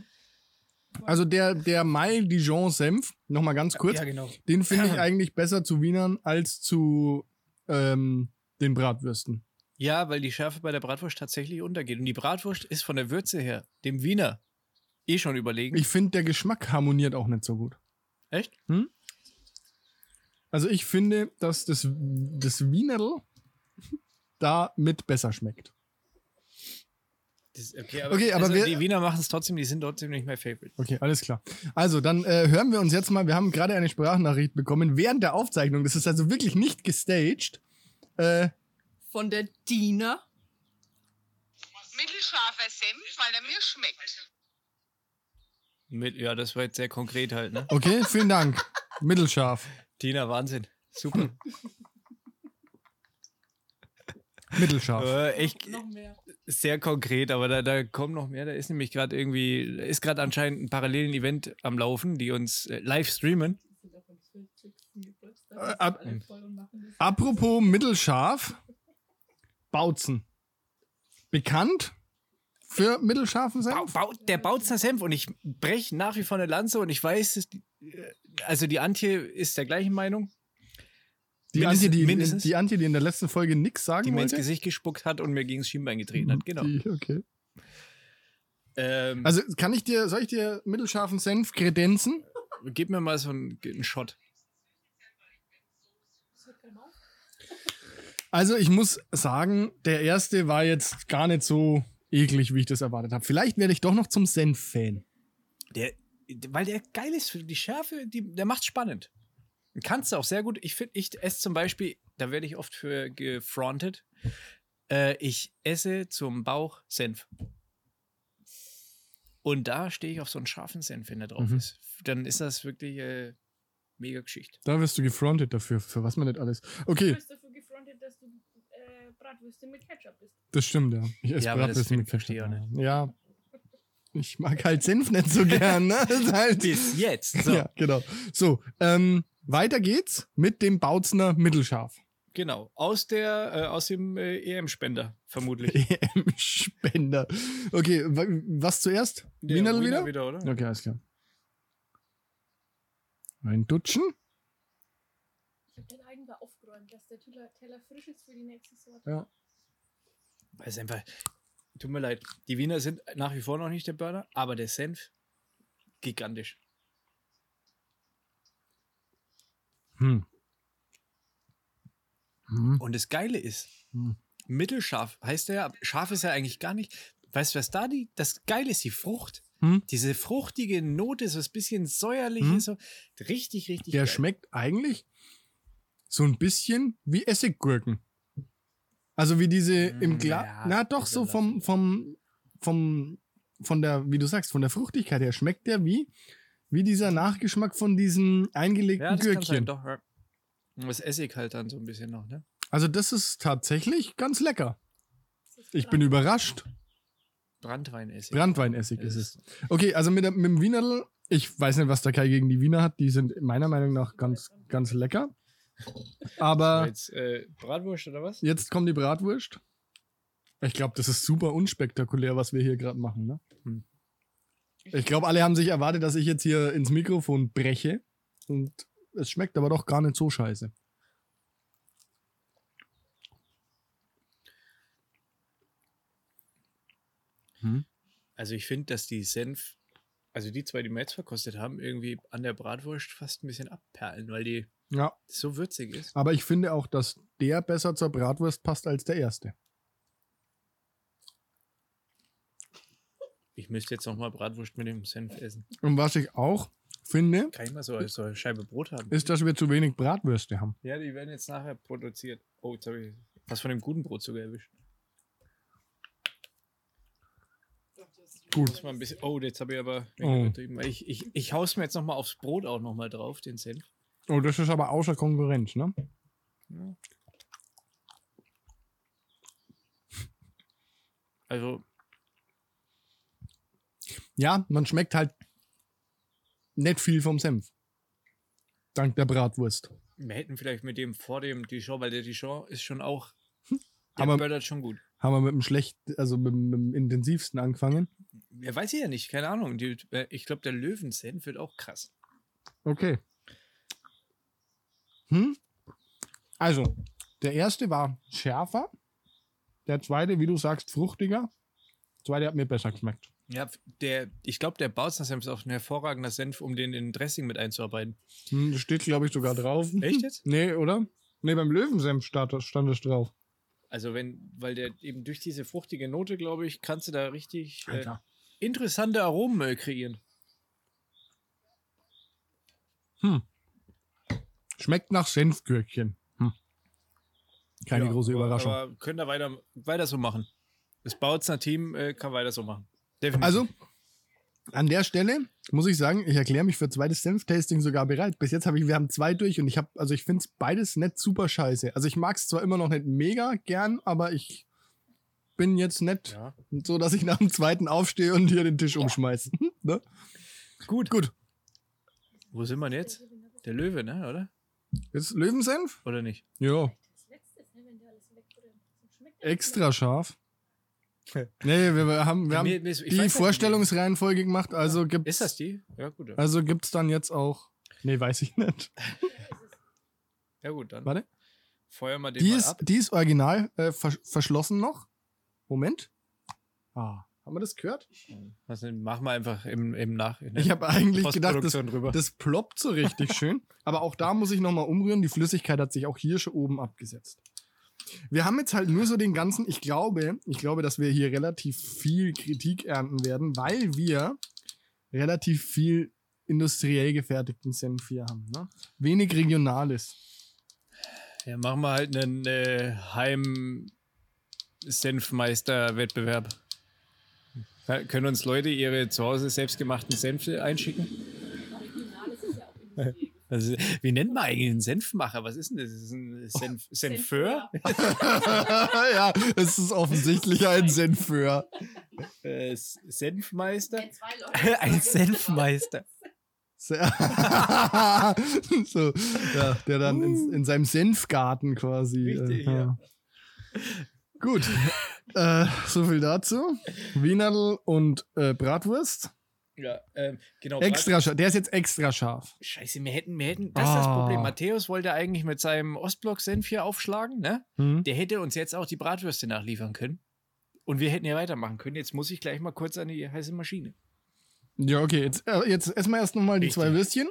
S2: also der, der Mai Dijon Senf, nochmal ganz kurz,
S1: Ja, genau.
S2: den finde ich eigentlich besser zu Wienern als zu ähm, den Bratwürsten.
S1: Ja, weil die Schärfe bei der Bratwurst tatsächlich untergeht. Und die Bratwurst ist von der Würze her, dem Wiener, eh schon überlegen.
S2: Ich finde, der Geschmack harmoniert auch nicht so gut. Hm?
S1: Echt?
S2: Also ich finde, dass das, das Wienerl da mit besser schmeckt.
S1: Das, okay, aber,
S2: Okay, aber
S1: also
S2: wir-
S1: die Wiener machen es trotzdem, die sind trotzdem nicht mehr Favorite.
S2: Okay, alles klar. Also, dann äh, hören wir uns jetzt mal. Wir haben gerade eine Sprachnachricht bekommen während der Aufzeichnung. Das ist also wirklich nicht gestaged. Äh,
S3: Von der Dina.
S5: mittelscharfer Senf, weil er mir schmeckt.
S1: Mit, ja, das war jetzt sehr konkret halt, ne?
S2: okay, vielen Dank. Mittelscharf.
S1: Tina, Wahnsinn. Super.
S2: Mittelscharf.
S1: Äh, echt
S3: Noch mehr.
S1: sehr konkret, aber da, da kommen noch mehr. Da ist nämlich gerade irgendwie, da ist gerade anscheinend ein parallelen Event am Laufen, die uns äh, live streamen.
S3: Die sind auf dem 40. Geburtstag.
S2: Äh, ab-
S3: Alle voll und machen das.
S2: Apropos mittelscharf. Bautzen. Bekannt für mittelscharfen
S1: Bau,
S2: Senf?
S1: Bau, der Bautzner Senf und ich breche nach wie vor eine Lanze und ich weiß, dass die, äh, also die Antje ist der gleichen Meinung,
S2: Die
S1: mindestens-
S2: Antje, die,
S1: mindestens.
S2: die Antje, die in der letzten Folge nichts sagen
S1: die mir ins
S2: wollte. Mhm.
S1: Gesicht gespuckt hat und mir gegen das Schienbein getreten hat. Genau.
S2: Die, okay.
S1: Ähm,
S2: Also kann ich dir, soll ich dir mittelscharfen Senf kredenzen?
S1: gib mir mal so einen, einen Shot.
S3: Das hört keiner auf.
S2: Also ich muss sagen, der erste war jetzt gar nicht so eklig, wie ich das erwartet habe. Vielleicht werde ich doch noch zum Senf-Fan.
S1: Der, weil der geil ist für die Schärfe, die, der macht spannend. Kannst du auch sehr gut. Ich finde, ich esse zum Beispiel, da werde ich oft für gefrontet. Äh, ich esse zum Bauch Senf. Und da stehe ich auf so einen scharfen Senf, wenn der drauf
S2: Mhm.
S1: ist. Dann ist das wirklich äh, mega Geschichte.
S2: Da wirst du gefrontet dafür, für was man nicht alles.
S4: Du
S2: Okay,
S4: bist dafür gefrontet, dass du äh, Bratwürste mit Ketchup isst.
S2: Das stimmt, ja. Ich esse
S1: Ja, aber das
S2: Bratwürste mit
S1: verstehe ich auch
S2: Ketchup. Ja. Ich mag halt Senf nicht so gern, ne? Das ist halt.
S1: Bis jetzt. So,
S2: Ja, genau. So, ähm, weiter geht's mit dem Bautzner Mittelscharf.
S1: genau. Aus, der, äh, aus dem äh, EM-Spender, vermutlich.
S2: EM-Spender. Okay, wa- was zuerst?
S1: Der
S2: Minerl
S1: Wiener
S2: wieder?
S1: wieder, oder?
S2: Okay, alles klar. Ein Dutzend?
S4: Ich habe den Eigen da aufgeräumt, dass der Teller, Teller frisch ist für die nächste Sorte.
S1: Weil es einfach. Tut mir leid, die Wiener sind nach wie vor noch nicht der Burner, aber der Senf, gigantisch.
S2: Hm. Hm.
S1: Und das Geile ist,
S2: Hm.
S1: mittelscharf heißt er ja, scharf ist ja eigentlich gar nicht. Weißt du, was da die, das Geile ist, die Frucht.
S2: Hm.
S1: Diese fruchtige Note, so ein bisschen säuerlich
S2: Hm.
S1: ist, so richtig, richtig
S2: Der
S1: geil.
S2: schmeckt eigentlich so ein bisschen wie Essiggurken. Also wie diese im
S1: Mm,
S2: Glas.
S1: ja,
S2: na doch, so vom, vom, vom, von der, wie du sagst, von der Fruchtigkeit her schmeckt der wie, wie dieser Nachgeschmack von diesen eingelegten
S1: ja, das kann sein,
S2: Gürkchen.
S1: doch. ja. Und Das Essig halt dann so ein bisschen noch, ne?
S2: also das ist tatsächlich ganz lecker.
S4: Das ist
S2: Ich bin überrascht.
S1: Brandweinessig.
S2: Brandweinessig ist es.
S1: Es-
S2: Okay, also mit, der- mit dem Wienerl, ich weiß nicht, was der Kai gegen die Wiener hat. Die sind meiner Meinung nach ganz, ganz lecker. Aber
S1: Jetzt äh, Bratwurst oder was?
S2: Jetzt kommt die Bratwurst. Ich glaube, das ist super unspektakulär, was wir hier gerade machen. Ne?
S1: Hm.
S2: Ich glaube, alle haben sich erwartet, dass ich jetzt hier ins Mikrofon breche. Und es schmeckt aber doch gar nicht so scheiße.
S1: Also ich finde, dass die Senf, also die zwei, die wir jetzt verkostet haben, irgendwie an der Bratwurst fast ein bisschen abperlen, weil die
S2: Ja.
S1: so würzig ist.
S2: Aber ich finde auch, dass der besser zur Bratwurst passt als der erste.
S1: Ich müsste jetzt nochmal Bratwurst mit dem Senf essen.
S2: Und was ich auch finde,
S1: Kann ich mal so, so eine Scheibe Brot haben?
S2: ist, dass wir zu wenig Bratwürste haben.
S1: Ja, die werden jetzt nachher produziert. Oh, jetzt habe ich was von dem guten Brot sogar erwischt.
S2: Gut.
S1: Muss mal ein bisschen, oh, jetzt habe ich aber
S2: Oh.
S1: übertrieben. Ich, ich, ich hau's mir jetzt nochmal aufs Brot auch nochmal drauf, den Senf.
S2: Oh, das ist aber außer Konkurrenz, ne?
S1: Ja. Also,
S2: Ja, man schmeckt halt nicht viel vom Senf. Dank der Bratwurst.
S1: wir hätten vielleicht mit dem vor dem Dijon, weil der Dijon ist schon auch. Der
S2: Aber-
S1: aber böllert schon gut.
S2: haben wir mit dem schlecht, also mit, dem- mit dem intensivsten angefangen.
S1: Ja, weiß ich ja nicht, keine Ahnung. Die, äh, ich glaube, der Löwensenf wird auch krass.
S2: Okay. Hm? Also, der erste war schärfer, der zweite, wie du sagst, fruchtiger. Der zweite hat mir besser geschmeckt.
S1: Ja, der, ich glaube, der Bautzner-Senf ist auch ein hervorragender Senf, um den in Dressing mit einzuarbeiten.
S2: Hm, das steht, glaube ich, sogar drauf.
S1: Echt jetzt?
S2: Nee, oder? Nee, beim Löwensenf stand, stand es drauf.
S1: Also wenn, weil der eben durch diese fruchtige Note, glaube ich, kannst du da richtig äh,
S2: Alter.
S1: interessante Aromen äh, kreieren.
S2: Schmeckt nach Senfgürkchen. Hm. Keine
S1: Ja,
S2: große
S1: aber-
S2: Überraschung.
S1: Aber können da weiter, weiter so machen. Das Bautzner Team äh, kann weiter so machen. Definitiv.
S2: Also, an der Stelle muss ich sagen, ich erkläre mich für zweites Senf-Tasting sogar bereit. Bis jetzt habe ich, wir haben zwei durch und ich habe, also ich finde es beides nicht super scheiße. Also ich mag es zwar immer noch nicht mega gern, aber ich bin jetzt nicht
S1: ja.
S2: so, dass ich nach dem zweiten aufstehe und hier den Tisch umschmeiße. ne?
S1: Gut.
S2: Gut.
S1: Wo sind wir denn Oh, jetzt? Der Löwe, ne? Oder?
S2: Jetzt Löwensenf?
S1: Oder nicht?
S2: Ja,
S4: Das letzte ist, ne, wenn der alles wegbrennt. Das schmeckt nicht so.
S2: extra scharf. Nee, wir, wir haben, wir haben
S1: Mir- mir ist- ich weiß gar
S2: die
S1: nicht, wie-
S2: Vorstellungsreihenfolge gemacht, also gibt
S1: Ist das die? Ja gut. Ja,
S2: Also gibt's dann jetzt auch. Nee, weiß ich nicht.
S1: ja gut dann.
S2: Warte.
S1: Feuer mal den
S2: Die
S1: mal
S2: ist,
S1: ab.
S2: die ist original äh, vers verschlossen noch. Moment. Ah, haben wir das gehört?
S1: Was denn? Machen wir einfach im, im Nach. in der
S2: Ich habe eigentlich gedacht, das,
S1: Postproduktion drüber.
S2: das ploppt so richtig schön. Aber auch da muss ich nochmal umrühren. Die Flüssigkeit hat sich auch hier schon oben abgesetzt. Wir haben jetzt halt nur so den ganzen, ich glaube, ich glaube, dass wir hier relativ viel Kritik ernten werden, weil wir relativ viel industriell gefertigten Senf hier haben. Ne? Wenig regionales.
S1: Ja, machen wir halt einen äh, Heim-Senfmeister-Wettbewerb. Ja, können uns Leute ihre zu Hause selbstgemachten Senfte einschicken?
S3: Original ist es ja auch industriell.
S1: Also, wie nennt man eigentlich einen Senfmacher? Was ist denn das? Ist es ein Senf Senfeur?
S2: ja, es ist offensichtlich ein Senföhr.
S1: Äh, S- Senfmeister?
S4: Wenn zwei Leute
S1: Ein Senfmeister.
S2: Se- so, ja, der dann in, in seinem Senfgarten quasi.
S1: Richtig,
S2: äh,
S1: ja.
S2: Gut, äh, so viel dazu. Wienerl und äh, Bratwurst.
S1: Ja, ähm, genau.
S2: Extra scharf. Der ist jetzt extra scharf.
S1: Scheiße, wir hätten, wir hätten, das ist das
S2: Ah.
S1: Problem. Matthäus wollte eigentlich mit seinem Ostblock-Senf hier aufschlagen, ne?
S2: Hm?
S1: Der hätte uns jetzt auch die Bratwürste nachliefern können. Und wir hätten ja weitermachen können. Jetzt muss ich gleich mal kurz an die heiße Maschine.
S2: Ja, okay, jetzt, äh, jetzt essen wir erst nochmal die
S1: Richtig.
S2: zwei Würstchen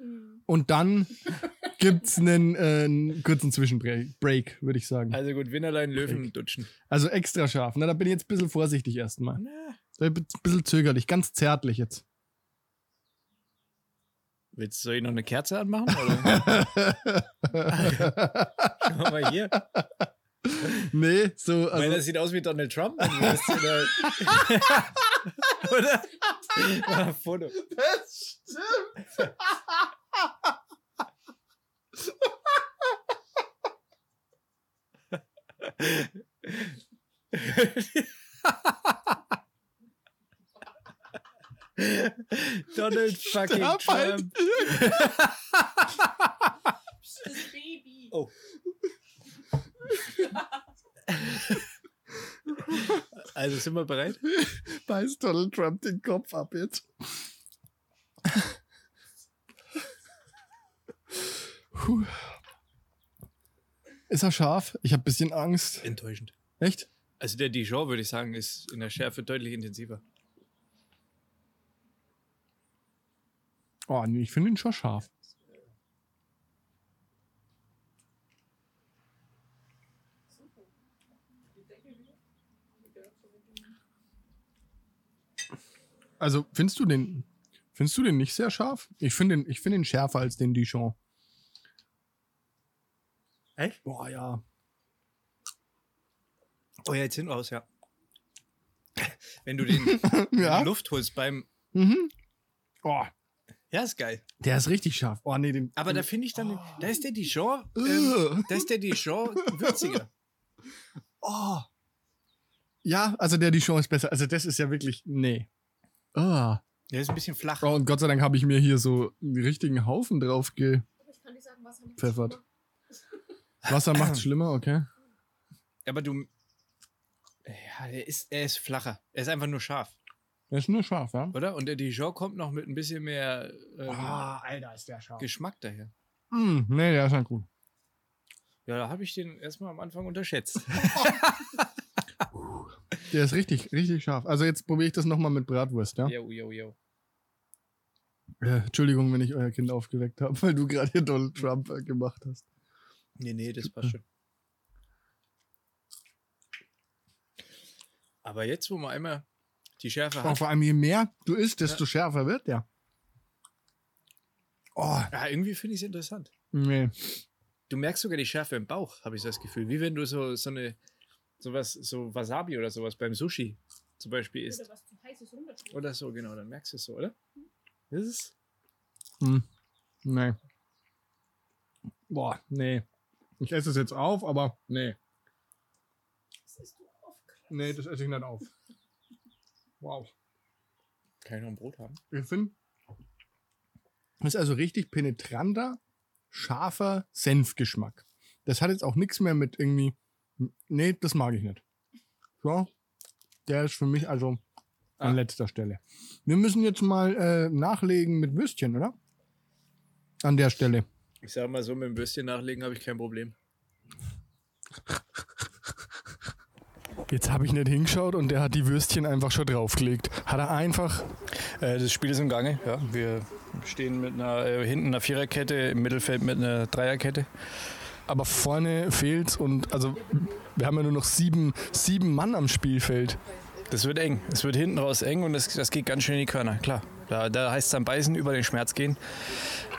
S4: Mhm.
S2: und dann gibt's einen, äh, einen kurzen Zwischenbreak, Break, würde ich sagen.
S1: Also gut, Winterlein, Löwen dutschen.
S2: Also extra scharf. Na, da bin ich jetzt ein bisschen vorsichtig erstmal.
S1: Na,
S2: Ein bisschen zögerlich, ganz zärtlich jetzt.
S1: willst soll ich noch eine Kerze anmachen? Oder? Schau mal hier.
S2: nee, so,
S1: Weil
S2: also,
S1: das sieht aus wie Donald Trump. Und du hast wieder- Oder? Ah, Foto.
S2: das stimmt.
S1: Donald fucking
S2: Hab halt.
S1: Trump.
S4: Psst, Das Baby.
S1: Oh. Also sind wir bereit?
S2: Beiß Donald Trump den Kopf ab jetzt. Puh. Ist er scharf? Ich habe ein bisschen Angst.
S1: Enttäuschend.
S2: Echt?
S1: Also der Dijon, würde ich sagen, ist in der Schärfe deutlich intensiver.
S2: Oh, nee, ich finde ihn schon scharf. Also, findest du den, findest du den nicht sehr scharf? Ich finde ihn, ich find ihn schärfer als den Dijon.
S1: Echt?
S2: Boah, ja.
S1: Oh ja, jetzt hin raus, ja. Wenn du den in die
S2: ja.
S1: Luft holst beim.
S2: Mhm. Oh,
S1: Ja, ist geil.
S2: der ist richtig scharf. Oh, nee, den.
S1: Aber da
S2: den,
S1: finde ich dann. Da ist der Dijon. Ähm,
S2: Ugh.
S1: da ist der Dijon würziger.
S2: Oh. Ja, also der Dijon ist besser. Also, das ist ja wirklich. Nee. Ah.
S1: Der ist ein bisschen flach.
S2: Oh, und Gott sei Dank habe ich mir hier so einen richtigen Haufen drauf ge.
S4: Aber ich kann nicht sagen, was haben die
S2: Pfeffert.
S4: gemacht.
S2: Wasser macht's schlimmer, okay.
S1: Aber du. Ja, er ist, er ist flacher. Er ist einfach nur scharf,
S2: Der ist nur scharf, ja?
S1: oder? Und der Dijon kommt noch mit ein bisschen mehr ähm,
S2: Ah, Alter, ist der scharf.
S1: Geschmack daher.
S2: Mm, nee, der ist nicht gut.
S1: Ja, da habe ich den erstmal am Anfang unterschätzt.
S2: Der ist richtig, richtig scharf. Also jetzt probiere ich das nochmal mit Bratwurst, ja?
S1: Yo, yo, yo.
S2: Äh, Entschuldigung, wenn ich euer Kind aufgeweckt habe, weil du gerade hier Donald Trump äh, gemacht hast.
S1: Nee, nee, das passt schon. Aber jetzt, wo man einmal die Schärfe
S2: Aber
S1: hat,
S2: vor allem, je mehr du isst, desto schärfer wird der. Oh,
S1: ja, ah, irgendwie finde ich es interessant.
S2: nee.
S1: Du merkst sogar die Schärfe im Bauch, habe ich so das Gefühl. Wie wenn du so, so eine, sowas, so Wasabi oder sowas beim Sushi zum Beispiel isst.
S4: Oder was zu heißes runterschmeißen.
S1: Oder so, genau, dann merkst du es so, oder? Das ist.
S2: Hm. Nee. Boah, nee. Ich esse es jetzt auf, aber nee.
S4: Das ist du auf Krass.
S2: Nee, das esse ich nicht auf. Wow.
S1: Kann ich noch ein Brot haben?
S2: Ich finde, das ist also richtig penetranter, scharfer Senfgeschmack. Das hat jetzt auch nichts mehr mit irgendwie, nee, das mag ich nicht. So, der ist für mich also
S1: Ah.
S2: an letzter Stelle. Wir müssen jetzt mal äh, nachlegen mit Würstchen, oder? An der Stelle.
S1: Ich sag mal so, mit dem Würstchen nachlegen habe ich kein Problem.
S2: Jetzt habe ich nicht hingeschaut und der hat die Würstchen einfach schon draufgelegt. Hat er einfach.
S1: Äh, das Spiel ist im Gange, ja. Wir stehen mit einer, äh, hinten einer Viererkette, im Mittelfeld mit einer Dreierkette.
S2: Aber vorne fehlt's und also wir haben ja nur noch sieben, sieben Mann am Spielfeld.
S1: Das wird eng. Es wird hinten raus eng und das, das geht ganz schön in die Körner, klar. Da, da heißt es dann beißen, über den Schmerz gehen.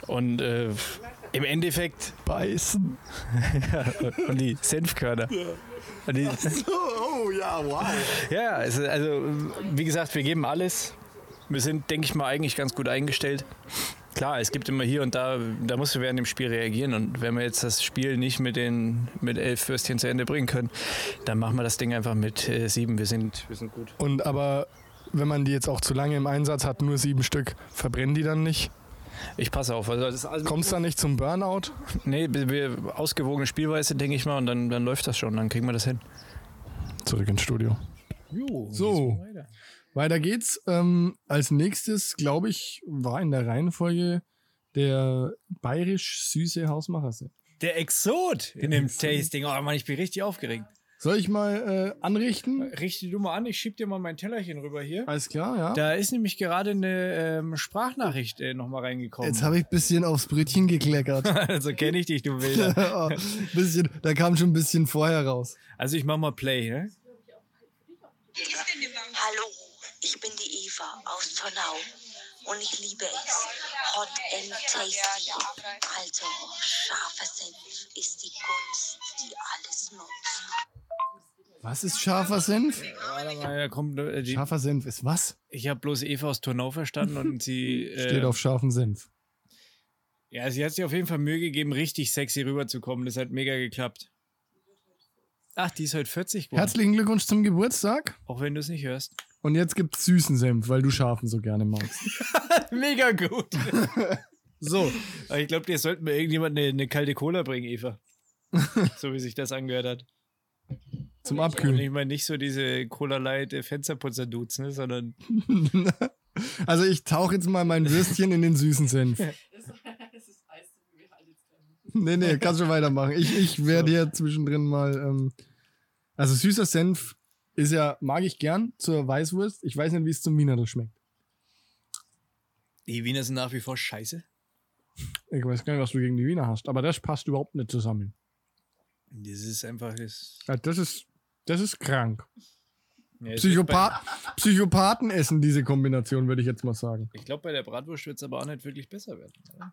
S1: Und äh, im Endeffekt beißen. und die Senfkörner. Und die,
S2: Oh ja, wow.
S1: ja, es ist- also wie gesagt, wir geben alles. Wir sind, denke ich mal, eigentlich ganz gut eingestellt. Klar, es gibt immer hier und da, da musst du während dem Spiel reagieren. Und wenn wir jetzt das Spiel nicht mit den mit elf Würstchen zu Ende bringen können, dann machen wir das Ding einfach mit äh, sieben. Wir sind, wir sind gut.
S2: Und aber wenn man die jetzt auch zu lange im Einsatz hat, nur sieben Stück, verbrennen die dann nicht?
S1: Ich passe auf. Also das ist also,
S2: Kommt es dann nicht zum Burnout?
S1: nee, wir, wir, ausgewogene Spielweise, denke ich mal, und dann, dann läuft das schon. Dann kriegen wir das hin.
S2: Zurück ins Studio.
S1: Jo,
S2: So. Weiter geht's. Ähm, als nächstes, glaube ich, war in der Reihenfolge der bayerisch süße Hausmachersee.
S1: Der Exot in dem Tasting. Oh Mann, ich bin richtig aufgeregt.
S2: Soll ich mal äh, anrichten?
S1: Richte du mal an, ich schieb dir mal mein Tellerchen rüber hier.
S2: Alles klar, ja.
S1: Da ist nämlich gerade eine ähm, Sprachnachricht äh, nochmal reingekommen.
S6: Jetzt habe ich ein bisschen aufs Brötchen gekleckert.
S1: also kenne ich dich, du Wilder.
S6: bisschen, da kam schon ein bisschen vorher raus.
S1: Also ich mach mal Play, ne?
S7: Hallo, ich bin die Eva aus Tonnau und ich liebe es. Hot and tasty. Also, scharfer Senf ist die Kunst, die alles nutzt.
S6: Was ist scharfer Senf?
S1: Warte mal, da kommt, äh, die,
S6: Scharfer Senf ist was?
S1: ich habe bloß Eva aus Turnau verstanden und sie. Äh,
S2: Steht auf scharfen Senf.
S1: Ja, sie hat sich auf jeden Fall Mühe gegeben, richtig sexy rüberzukommen. Das hat mega geklappt. Ach, die ist heute 40 geworden.
S2: Herzlichen Glückwunsch zum Geburtstag.
S1: Auch wenn du es nicht hörst.
S2: Und jetzt gibt's süßen Senf, weil du scharfen so gerne magst.
S1: Mega gut.
S2: So,
S1: Aber ich glaube, dir sollten wir irgendjemand eine, eine kalte Cola bringen, Eva. so wie sich das angehört hat.
S2: zum
S1: Und
S2: Abkühlen.
S1: ich meine nicht so diese Cola Light äh, Fensterputzer-Dudes, ne, sondern
S2: Also ich tauche jetzt mal mein Würstchen in den süßen Senf.
S3: Das, das ist Eis, wir halt jetzt keinen.
S2: Nee, nee, kannst schon weitermachen. Ich, ich werde hier zwischendrin mal. Ähm, also süßer Senf ist ja, mag ich gern zur Weißwurst. Ich weiß nicht, wie es zum Wienerl schmeckt.
S1: die Wiener sind nach wie vor scheiße.
S2: Ich weiß gar nicht, was du gegen die Wiener hast, aber das passt überhaupt nicht zusammen.
S1: Das ist einfach das.
S2: Ja, das ist. Das ist krank.
S1: Ja, es wird bei-
S2: Psychopath Psychopathen essen diese Kombination, würde ich jetzt mal sagen.
S1: Ich glaube, bei der Bratwurst wird es aber auch nicht wirklich besser werden. oder?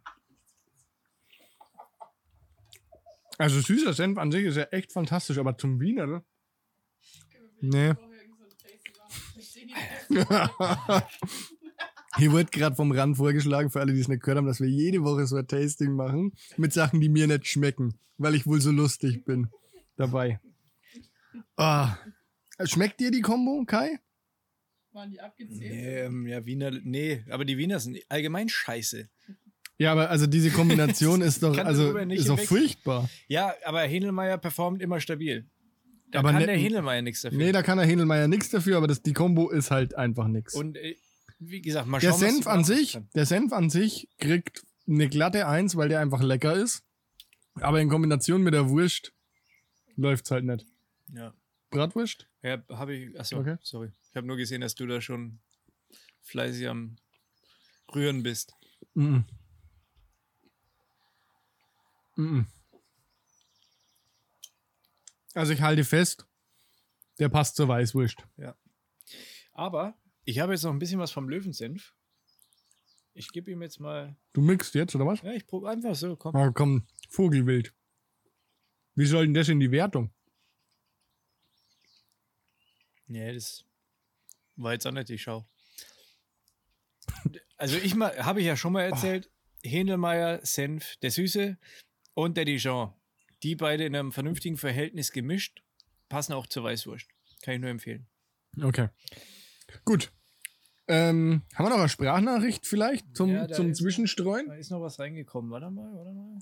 S2: Also süßer Senf an sich ist ja echt fantastisch, aber zum Wiener. ne?
S3: Können wir
S2: Nee.
S3: vorher irgend so ein Tasting machen? Ich sehe nicht.
S2: Hier wird gerade vom Rand vorgeschlagen, für alle, die es nicht gehört haben, dass wir jede Woche so ein Tasting machen mit Sachen, die mir nicht schmecken, weil ich wohl so lustig bin dabei. Ah. Schmeckt dir die Kombo, Kai?
S3: Waren die
S1: Nee,
S3: abgezählt?
S1: ähm, ja, Wiener. Nee, aber die Wiener sind allgemein scheiße.
S2: Ja, aber also diese Kombination ist doch,
S1: Kann
S2: also
S1: darüber nicht
S2: ist doch
S1: hinweg-
S2: furchtbar.
S1: Ja, aber Hindelmeier performt immer stabil. Da
S2: Aber
S1: kann
S2: ne-
S1: der Hindelmeier nichts dafür.
S2: Nee, da kann der Händelmeier nichts dafür, aber das, die Kombo ist halt einfach nichts.
S1: Und äh, wie gesagt, mal
S2: Der
S1: schauen. was
S2: Senf
S1: die
S2: an
S1: Bratwurst
S2: sich,
S1: kann.
S2: der Senf an sich kriegt eine glatte Eins, weil der einfach lecker ist. Aber in Kombination mit der Wurst läuft's halt nicht.
S1: Ja,
S2: Bratwurst?
S1: ja habe ich. Achso,
S2: Okay.
S1: sorry. Ich habe nur gesehen, dass du da schon fleißig am Rühren bist.
S2: Mhm. Mhm. Also ich halte fest, der passt zur Weißwurst.
S1: Aber ich habe jetzt noch ein bisschen was vom Löwensenf. Ich gebe ihm jetzt mal.
S2: Du mixt jetzt, oder was?
S1: Ja, ich probe einfach so. Komm.
S2: Ah, komm, Vogelwild. Wie soll denn das in die Wertung?
S1: Nee, das war jetzt auch nicht die Schau. Also ich mal, habe ich ja schon mal erzählt, Händelmeier, Senf, der Süße und der Dijon. Die beide in einem vernünftigen Verhältnis gemischt, passen auch zur Weißwurst. Kann ich nur empfehlen.
S2: Okay. Gut. Ähm, haben wir noch eine Sprachnachricht vielleicht zum,
S1: Ja, da
S2: zum
S1: ist-
S2: Zwischenstreuen?
S1: Da ist noch was reingekommen. Warte mal, warte mal.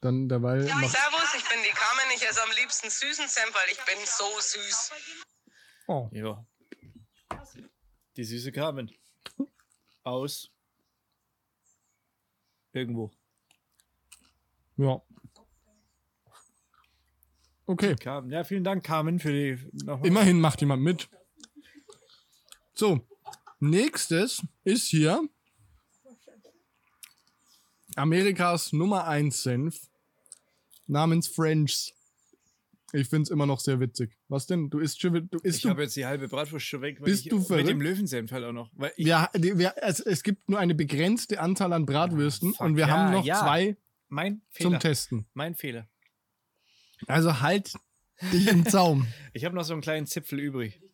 S2: Dann derweil macht.
S5: Servus, ich bin die Carmen. Ich esse am liebsten süßen Senf, weil ich bin so süß.
S2: Oh.
S1: Ja. Die süße Carmen. Aus. Irgendwo.
S2: Ja. Okay.
S1: Carmen. Ja, vielen Dank, Carmen, für die nochmal.
S2: Immerhin macht jemand mit. So, nächstes ist hier Amerikas Nummer 1 Senf namens French. Ich finde es immer noch sehr witzig. Was denn? Du isst schon wi- du isst
S1: Ich habe jetzt die halbe Bratwurst schon weg. weil
S2: Bist
S1: ich,
S2: du
S1: Mit
S2: verrückt?
S1: dem Löwensenf halt auch noch. Weil ich,
S2: ja, die, wir, es, es gibt nur eine begrenzte Anzahl an Bratwürsten
S1: Fuck,
S2: und wir
S1: ja,
S2: haben noch
S1: ja.
S2: zwei
S1: Mein
S2: zum
S1: Fehler.
S2: Testen.
S1: Mein Fehler.
S2: Also halt dich im Zaum.
S1: Ich habe noch so einen kleinen Zipfel übrig.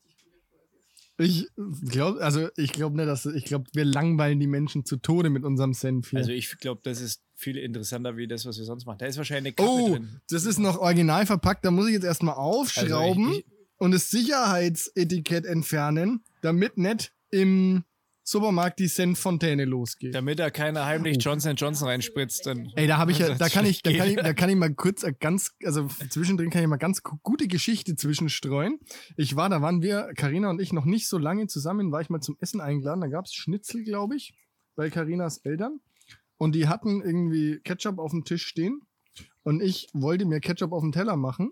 S2: Ich glaube, also ich glaube nicht, dass ich glaube, wir langweilen die Menschen zu Tode mit unserem Senf hier.
S1: Also ich glaube, das ist viel interessanter wie das, was wir sonst machen. Da ist wahrscheinlich eine Kappe
S2: oh,
S1: drin.
S2: das ist noch original verpackt. Da muss ich jetzt erstmal aufschrauben
S1: Also ich-
S2: und das Sicherheitsetikett entfernen, damit nicht im Supermarkt die Senffontäne losgeht.
S1: Damit da keiner heimlich Johnson Johnson reinspritzt. Dann
S2: Ey, da habe ich ja, da kann ich, da kann ich,
S1: Geht.
S2: da kann ich mal kurz äh, ganz, also zwischendrin kann ich mal ganz gu- gute Geschichte zwischenstreuen. Ich war, da waren wir, Karina und ich, noch nicht so lange zusammen, war ich mal zum Essen eingeladen. Da gab es Schnitzel, glaube ich, bei Karinas Eltern. Und die hatten irgendwie Ketchup auf dem Tisch stehen. Und ich wollte mir Ketchup auf den Teller machen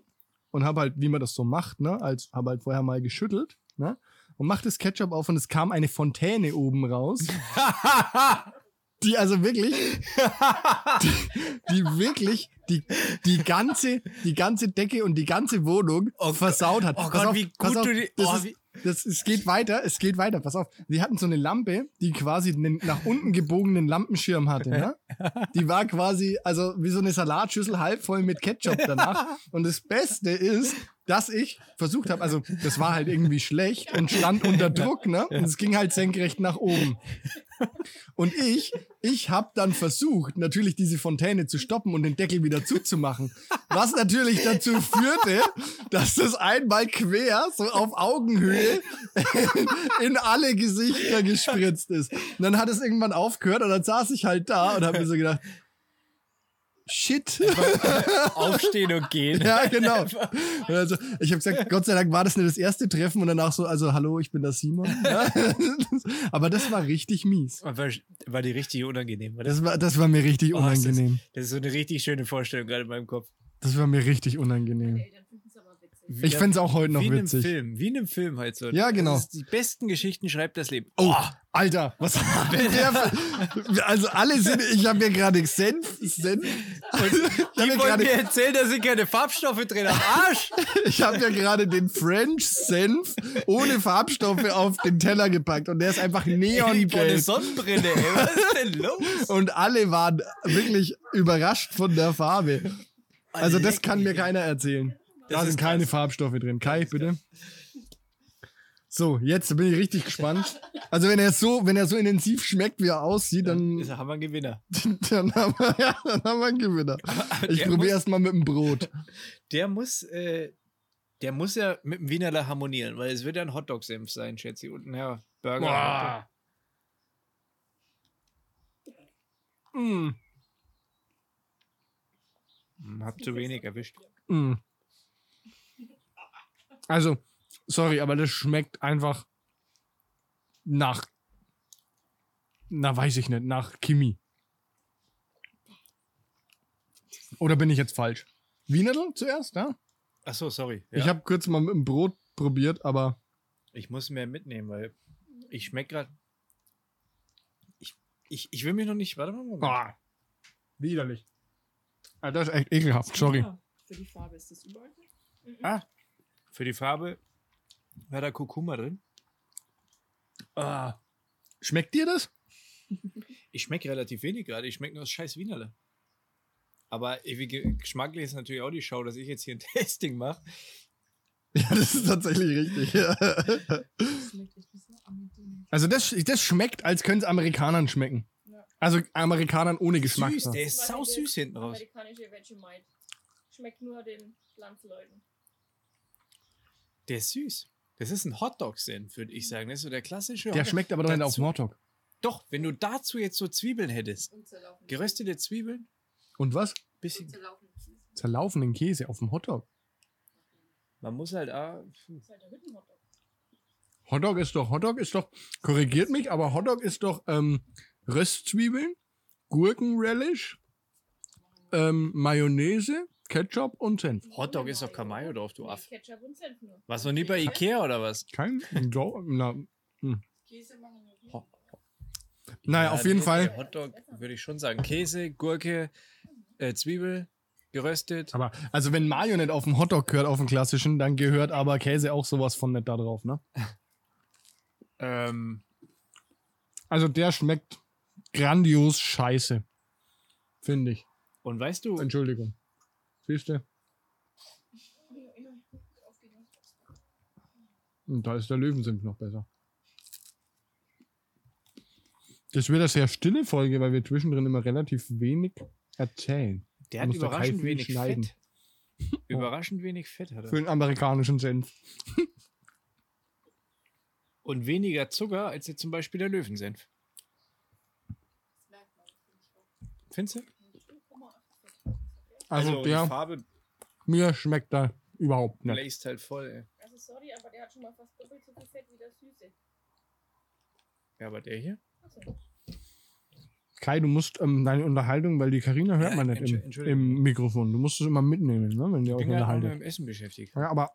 S2: und habe halt, wie man das so macht, ne, als habe halt vorher mal geschüttelt, ne, und macht das Ketchup auf und es kam eine Fontäne oben raus. Die also wirklich, die, die wirklich die, die, ganze, die ganze Decke und die ganze Wohnung versaut hat.
S1: Oh
S2: Pass
S1: Gott,
S2: auf,
S1: wie gut
S2: pass auf,
S1: du die-
S2: Das
S1: oh,
S2: ist,
S1: wie-
S2: das, es geht weiter, es geht weiter, pass auf. Sie hatten so eine Lampe, die quasi einen nach unten gebogenen Lampenschirm hatte. Ne? Die war quasi, also wie so eine Salatschüssel halb voll mit Ketchup danach. Und das Beste ist, dass ich versucht habe, also das war halt irgendwie schlecht und stand unter Druck, ne? Und es ging halt senkrecht nach oben. Und ich, ich habe dann versucht, natürlich diese Fontäne zu stoppen und den Deckel wieder zuzumachen. Was natürlich dazu führte, dass das einmal quer, so auf Augenhöhe, in alle Gesichter gespritzt ist. Und dann hat es irgendwann aufgehört und dann saß ich halt da und habe mir so gedacht, Shit.
S1: aufstehen und gehen.
S2: Ja, genau. Und Also, ich habe gesagt, Gott sei Dank war das nicht das erste Treffen und danach so, also hallo, ich bin der Simon. Ja. Aber das war richtig mies.
S1: War, war die richtig unangenehm. War das,
S2: Das war, das war mir richtig
S1: Oh, ist das-
S2: unangenehm.
S1: das ist so eine richtig schöne Vorstellung gerade in meinem Kopf.
S2: Das war mir richtig unangenehm.
S4: Meine Eltern finden es aber witzig.
S2: Ich fänd's auch heute noch
S1: wie Wie in
S2: witzig.
S1: einem Film, wie in einem Film halt so.
S2: Ja, genau.
S1: Das ist, die besten Geschichten schreibt das Leben.
S2: Oh, Alter, was hat denn der für, Also alle sind, ich habe mir gerade Senf, Senf, ich
S1: Die
S2: habe mir
S1: wollen
S2: gerade
S1: mir erzählen, da sind keine Farbstoffe drin. Am Arsch!
S2: Ich habe ja gerade den French Senf ohne Farbstoffe auf den Teller gepackt und der ist einfach
S1: Eine
S2: neongelb.
S1: Sonnenbrille, ey. Was ist denn los?
S2: Und alle waren wirklich überrascht von der Farbe. Also das kann mir keiner erzählen. Da
S1: Das ist
S2: sind keine
S1: krass.
S2: Farbstoffe drin. Kai, bitte. So, jetzt bin ich richtig gespannt. Also wenn er so, wenn er so intensiv schmeckt, wie er aussieht, dann,
S1: Ist haben wir einen Gewinner.
S2: dann, haben, wir, ja, dann haben wir einen Gewinner. Ich
S1: der
S2: probiere
S1: muss-
S2: erstmal mit dem Brot.
S1: Der muss, äh, der muss ja mit dem Wienerle harmonieren, weil es wird ja ein Hotdog-Senf sein, schätze ich. Und ja, Burger.
S2: Mm,
S1: Hm, Hab zu wenig erwischt.
S2: mm. Also, sorry, aber das schmeckt einfach nach. Na, weiß ich nicht, nach Kimi. Oder bin ich jetzt falsch? Wienerl zuerst, ja?
S1: Ach so, sorry. Ja.
S2: Ich habe kurz mal mit dem Brot probiert, aber
S1: Ich muss mehr mitnehmen, weil ich schmeck gerade. Ich, ich, ich will mich noch nicht. Warte mal. Moment.
S2: Ah, widerlich. Ah, das ist echt ekelhaft, sorry.
S3: Ja, für die Farbe ist das überall.
S1: Für die Farbe war da Kurkuma drin.
S2: Ah. Schmeckt dir das?
S1: Ich schmecke relativ wenig gerade. Ich schmecke nur das scheiß Wienerle. Aber ewig- geschmacklich ist natürlich auch die Schau, dass ich jetzt hier ein Tasting mache.
S2: Ja, das ist tatsächlich richtig. ja.
S3: Das schmeckt echt wie so Amidon.
S2: also das, das schmeckt, als könnte es Amerikanern schmecken. Also Amerikanern ohne Geschmack.
S1: Süß, der ist
S4: Weil
S1: sau
S4: dieses
S1: süß hinten raus.
S4: Amerikanische Vegemite. Schmeckt nur den Landsleuten.
S1: Der ist süß. Das ist ein Hotdog-Senf, würde ich sagen. Das ist so der klassische
S2: der
S1: Hotdog.
S2: schmeckt aber doch nicht auf
S1: Dazu-
S2: Mordog.
S1: Doch, wenn du dazu jetzt so Zwiebeln hättest.
S4: Und zerlaufen.
S1: Geröstete Zwiebeln,
S2: Und was?
S4: Und
S1: bisschen.
S4: zerlaufen. Das
S2: Zerlaufenden Käse auf dem Hotdog.
S1: Man muss halt auch.
S4: ist halt der Hüttenhotdog.
S2: Hotdog ist doch, Hotdog ist doch, korrigiert mich, aber Hotdog ist doch ähm, Röstzwiebeln, Gurkenrelish, ähm, Mayonnaise, Ketchup und Senf.
S1: Hotdog ist doch kein Mayo drauf, du
S4: Nee,
S1: Aff.
S4: Ketchup und Senf nur.
S1: Warst du noch nie bei Ikea oder was?
S2: Kein, Do- na,
S3: Käse machen wir
S1: Ho-
S2: Naja,
S1: Ja,
S2: auf jeden
S1: der
S2: Fall.
S1: Hotdog würde ich schon sagen. Käse, Gurke, äh, Zwiebel, geröstet.
S2: Aber, also wenn Mayo nicht auf dem Hotdog gehört, auf dem klassischen, dann gehört aber Käse auch sowas von nicht da drauf, ne?
S1: Ähm,
S2: Also der schmeckt grandios scheiße. Finde ich.
S1: und weißt du,
S2: Entschuldigung. Siehst du?
S4: Ui, ui, ui. Aufgegangen.
S2: Und da ist der Löwensenf noch besser. Das wird eine sehr stille Folge, weil wir zwischendrin immer relativ wenig erzählen.
S1: Der hat
S2: Muss der Kai
S1: überraschend
S2: viel
S1: wenig
S2: schneiden. Oh.
S1: Fett. Überraschend wenig Fett hat
S2: Für
S1: er.
S2: den amerikanischen Senf.
S1: Und weniger Zucker als jetzt zum Beispiel der Löwensenf. Findest du?
S2: Also,
S1: die
S2: ja,
S1: Farbe
S2: mir schmeckt da überhaupt nicht.
S1: bläst halt voll, ey.
S4: Also sorry, aber der hat schon mal fast doppelt so viel Fett wie der Süße.
S1: Ja, aber der hier?
S4: Achso.
S2: Kai, du musst ähm, deine Unterhaltung, weil die Karina hört
S1: Ja,
S2: man nicht
S1: Entschu-
S2: im,
S1: Entschuldigung.
S2: im Mikrofon. Du musst es immer mitnehmen, ne, wenn ihr euch
S1: bin gerade mit
S2: unterhaltet.
S1: dem Essen beschäftigt.
S2: Ja, aber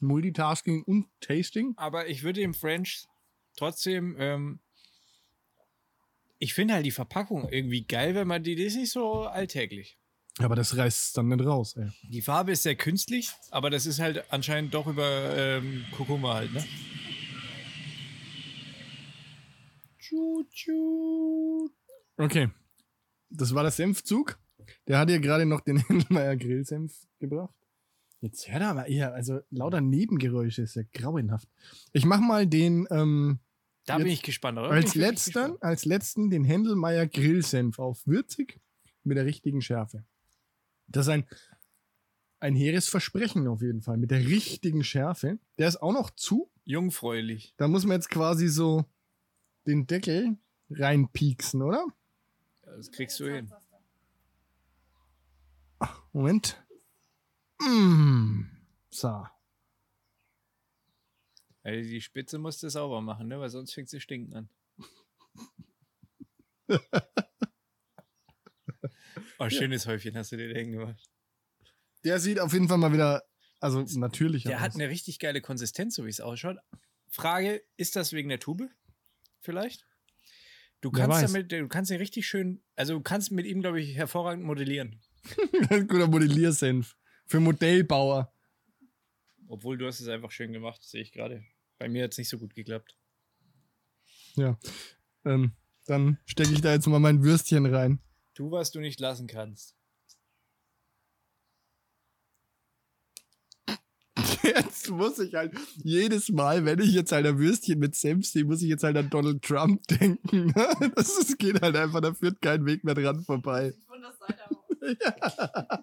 S2: Multitasking und Tasting?
S1: Aber ich würde dem French trotzdem, ähm, ich finde halt die Verpackung irgendwie geil, wenn man die, die ist nicht so alltäglich.
S2: Ja, aber das reißt es dann nicht raus, ey.
S1: Die Farbe ist sehr künstlich, aber das ist halt anscheinend doch über ähm, Kurkuma halt, ne?
S2: Okay. Das war der Senfzug. Der hat ihr gerade noch den Händelmeier Grillsenf gebracht. Jetzt hört er aber eher, also lauter Nebengeräusche ist ja grauenhaft. Ich mach mal den, ähm,
S1: Da
S2: Jetzt-
S1: bin ich gespannt, oder? Bin
S2: als
S1: ich wirklich
S2: letzten,
S1: gespannt.
S2: als letzten den Händelmeier Grillsenf auf würzig mit der richtigen Schärfe. Das ist ein, ein hehres Versprechen auf jeden Fall, mit der richtigen Schärfe. Der ist auch noch zu,
S1: Jungfräulich.
S2: Da muss man jetzt quasi so den Deckel reinpieksen, oder?
S1: Das kriegst du hin.
S2: Moment. Mm. So.
S1: Also die Spitze musst du sauber machen, ne? Weil sonst fängt sie stinken an. oh, schönes Häufchen hast du dir da hingemacht.
S2: Der sieht auf jeden Fall mal wieder, also natürlich.
S1: Der hat eine richtig geile Konsistenz, so wie es ausschaut. Frage, ist das wegen der Tube? Vielleicht? Du
S2: Wer
S1: kannst
S2: weiß.
S1: damit, du kannst ihn richtig schön, also du kannst mit ihm, glaube ich, hervorragend modellieren.
S2: einen guter Modelliersenf. Für Modellbauer.
S1: Obwohl du hast es einfach schön gemacht, sehe ich gerade. Bei mir hat es nicht so gut geklappt.
S2: Ähm, dann stecke ich da jetzt mal mein Würstchen rein.
S1: Tu, was du nicht lassen kannst.
S2: Jetzt muss ich halt jedes Mal, wenn ich jetzt halt ein Würstchen mit Senf sehe, muss ich jetzt halt an Donald Trump denken. Das ist, geht halt einfach, da führt kein Weg mehr dran vorbei.
S3: Sieht von der Seite aus.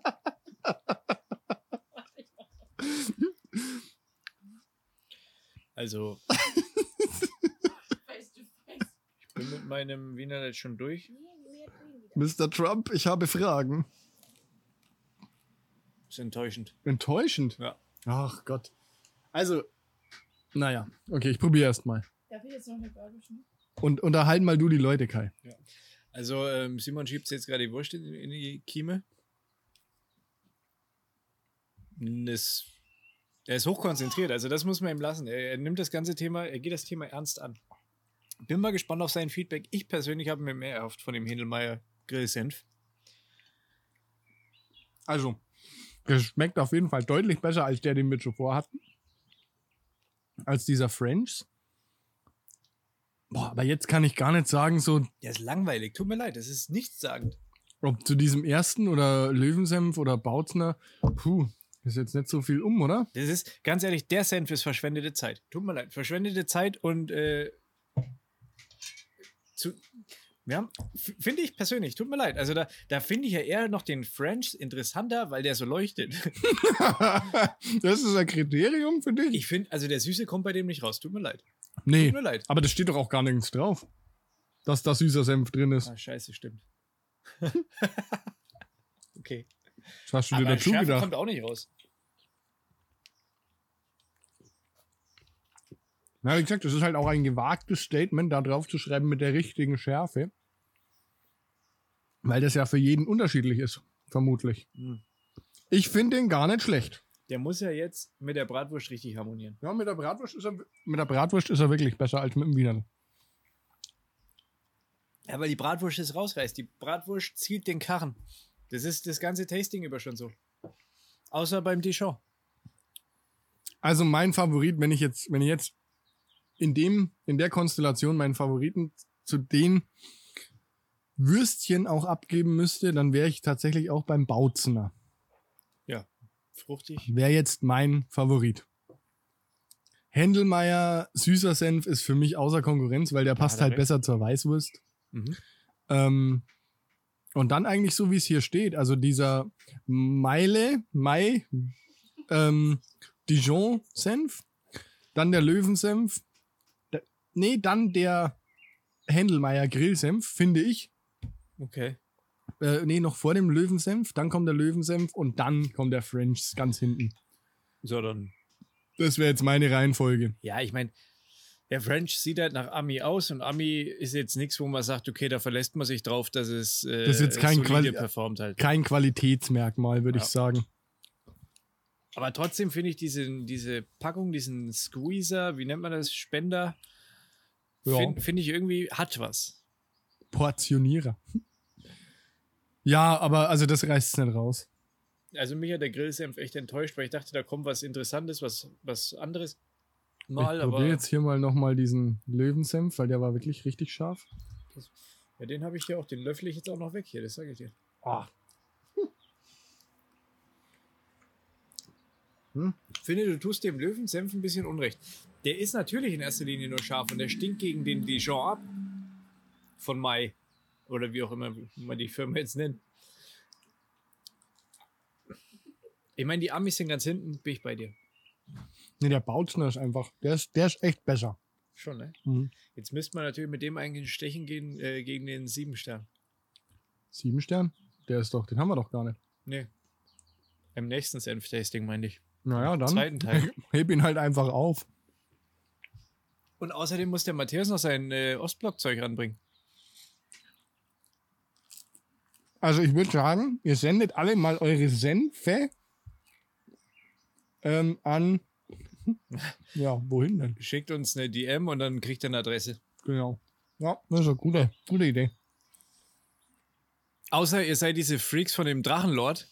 S1: Also,
S3: Face to face.
S1: ich bin mit meinem Wiener jetzt schon durch.
S4: Mehr, mehr drin wieder.
S2: Mr. Trump, ich habe Fragen.
S1: Ist enttäuschend.
S2: Enttäuschend.
S1: Ja.
S2: Ach Gott. Also, naja. Okay, ich probiere erst mal.
S4: Darf ich jetzt noch eine Bärbischen?
S2: Und unterhalten mal du die Leute, Kai.
S1: Also, ähm, Simon schiebt jetzt gerade die Wurst in, in die Kieme. Das, er ist hochkonzentriert, also das muss man ihm lassen. Er, er nimmt das ganze Thema, er geht das Thema ernst an. Bin mal gespannt auf sein Feedback. Ich persönlich habe mir mehr erhofft von dem Hindelmeier Grillsenf.
S2: Also, es schmeckt auf jeden Fall deutlich besser als der, den wir zuvor hatten. Als dieser French. Boah, aber jetzt kann ich gar nicht sagen, so
S1: Der ist langweilig, tut mir leid, das ist nichtssagend.
S2: ob zu diesem ersten oder Löwensenf oder Bautzner. Puh, ist jetzt nicht so viel um, oder?
S1: Das ist, ganz ehrlich, der Senf ist verschwendete Zeit. Tut mir leid, verschwendete Zeit und äh, zu, ja, f- finde ich persönlich, tut mir leid. Also da, da finde ich ja eher noch den French interessanter, weil der so leuchtet.
S2: das ist ein Kriterium für dich.
S1: Ich finde, also der Süße kommt bei dem nicht raus, tut mir leid.
S2: nee.
S1: Tut mir leid.
S2: Aber das steht doch auch gar nirgends drauf, dass da süßer Senf drin ist.
S1: Ah, scheiße, stimmt. okay.
S2: Das hast du dir
S1: Aber
S2: dazu
S1: Schärfe
S2: gedacht.
S1: kommt auch nicht raus.
S2: Na, wie gesagt, das ist halt auch ein gewagtes Statement, da drauf zu schreiben mit der richtigen Schärfe. Weil das ja für jeden unterschiedlich ist, vermutlich.
S1: Hm.
S2: Ich finde den gar nicht schlecht.
S1: Der muss ja jetzt mit der Bratwurst richtig harmonieren.
S2: Ja, mit der Bratwurst ist er, mit der Bratwurst ist er wirklich besser als mit dem Wiener.
S1: Ja, weil die Bratwurst es rausreißt. Die Bratwurst zielt den Karren. Das ist das ganze Tasting über schon so. Außer beim Dijon.
S2: Also mein Favorit, wenn ich jetzt, wenn ich jetzt in dem, in der Konstellation meinen Favoriten zu den Würstchen auch abgeben müsste, dann wäre ich tatsächlich auch beim Bautzener.
S1: Fruchtig.
S2: Wäre jetzt mein Favorit. Händelmeier süßer Senf ist für mich außer Konkurrenz, weil der passt halt
S1: direkt.
S2: besser zur Weißwurst.
S1: Mhm.
S2: Ähm, und dann eigentlich so, wie es hier steht. Also dieser Meile, Mai, ähm, Dijon-Senf, dann der Löwensenf, da, nee, dann der Händelmeier Grillsenf, finde ich.
S1: Okay.
S2: Äh, nee, noch vor dem Löwensenf, dann kommt der Löwensenf und dann kommt der French ganz hinten.
S1: So, dann
S2: Das wäre jetzt meine Reihenfolge.
S1: Ja, ich meine, der French sieht halt nach Ami aus und Ami ist jetzt nichts, wo man sagt, okay, da verlässt man sich drauf, dass es äh,
S2: Das ist jetzt kein
S1: solide
S2: Quali-
S1: performt halt.
S2: Kein Qualitätsmerkmal, würde
S1: Ja.
S2: ich sagen.
S1: Aber trotzdem finde ich diesen, diese Packung, diesen Squeezer, wie nennt man das, Spender,
S2: Ja.
S1: finde find ich irgendwie, hat was.
S2: Portionierer. Ja, aber also das reißt es nicht raus.
S1: Also mich hat der Grillsenf echt enttäuscht, weil ich dachte, da kommt was Interessantes, was, was anderes. Mal,
S2: ich
S1: aber
S2: probiere jetzt hier mal nochmal diesen Löwensenf, weil der war wirklich richtig scharf.
S1: ja, den habe ich hier auch, den löffel ich jetzt auch noch weg hier, das sage ich dir. Hm.
S2: Ah.
S1: Hm. finde, du tust dem Löwensenf ein bisschen Unrecht. Der ist natürlich in erster Linie nur scharf und der stinkt gegen den Dijon ab. Von Mai. Oder wie auch immer man die Firma jetzt nennt. Ich meine, die Amis sind ganz hinten, bin ich bei dir.
S2: Nee, der Bautner ist einfach, der ist, der ist echt besser.
S1: Schon, ne?
S2: Mhm.
S1: Jetzt müsste man natürlich mit dem eigentlich stechen gehen äh, gegen den Siebenstern.
S2: Sieben Stern? Der ist doch, den haben wir doch gar nicht.
S1: Nee. Im nächsten Senf-Tasting, meine ich.
S2: Naja, dann
S1: Zweiten Teil.
S2: heb ihn halt einfach auf.
S1: Und außerdem muss der Matthias noch sein äh, Ostblock-Zeug ranbringen.
S2: Also ich würde sagen, ihr sendet alle mal eure Senfe ähm, an. Ja, wohin denn?
S1: Schickt uns eine DM und dann kriegt er eine Adresse.
S2: Genau. Ja, das ist eine gute, gute Idee.
S1: Außer ihr seid diese Freaks von dem Drachenlord.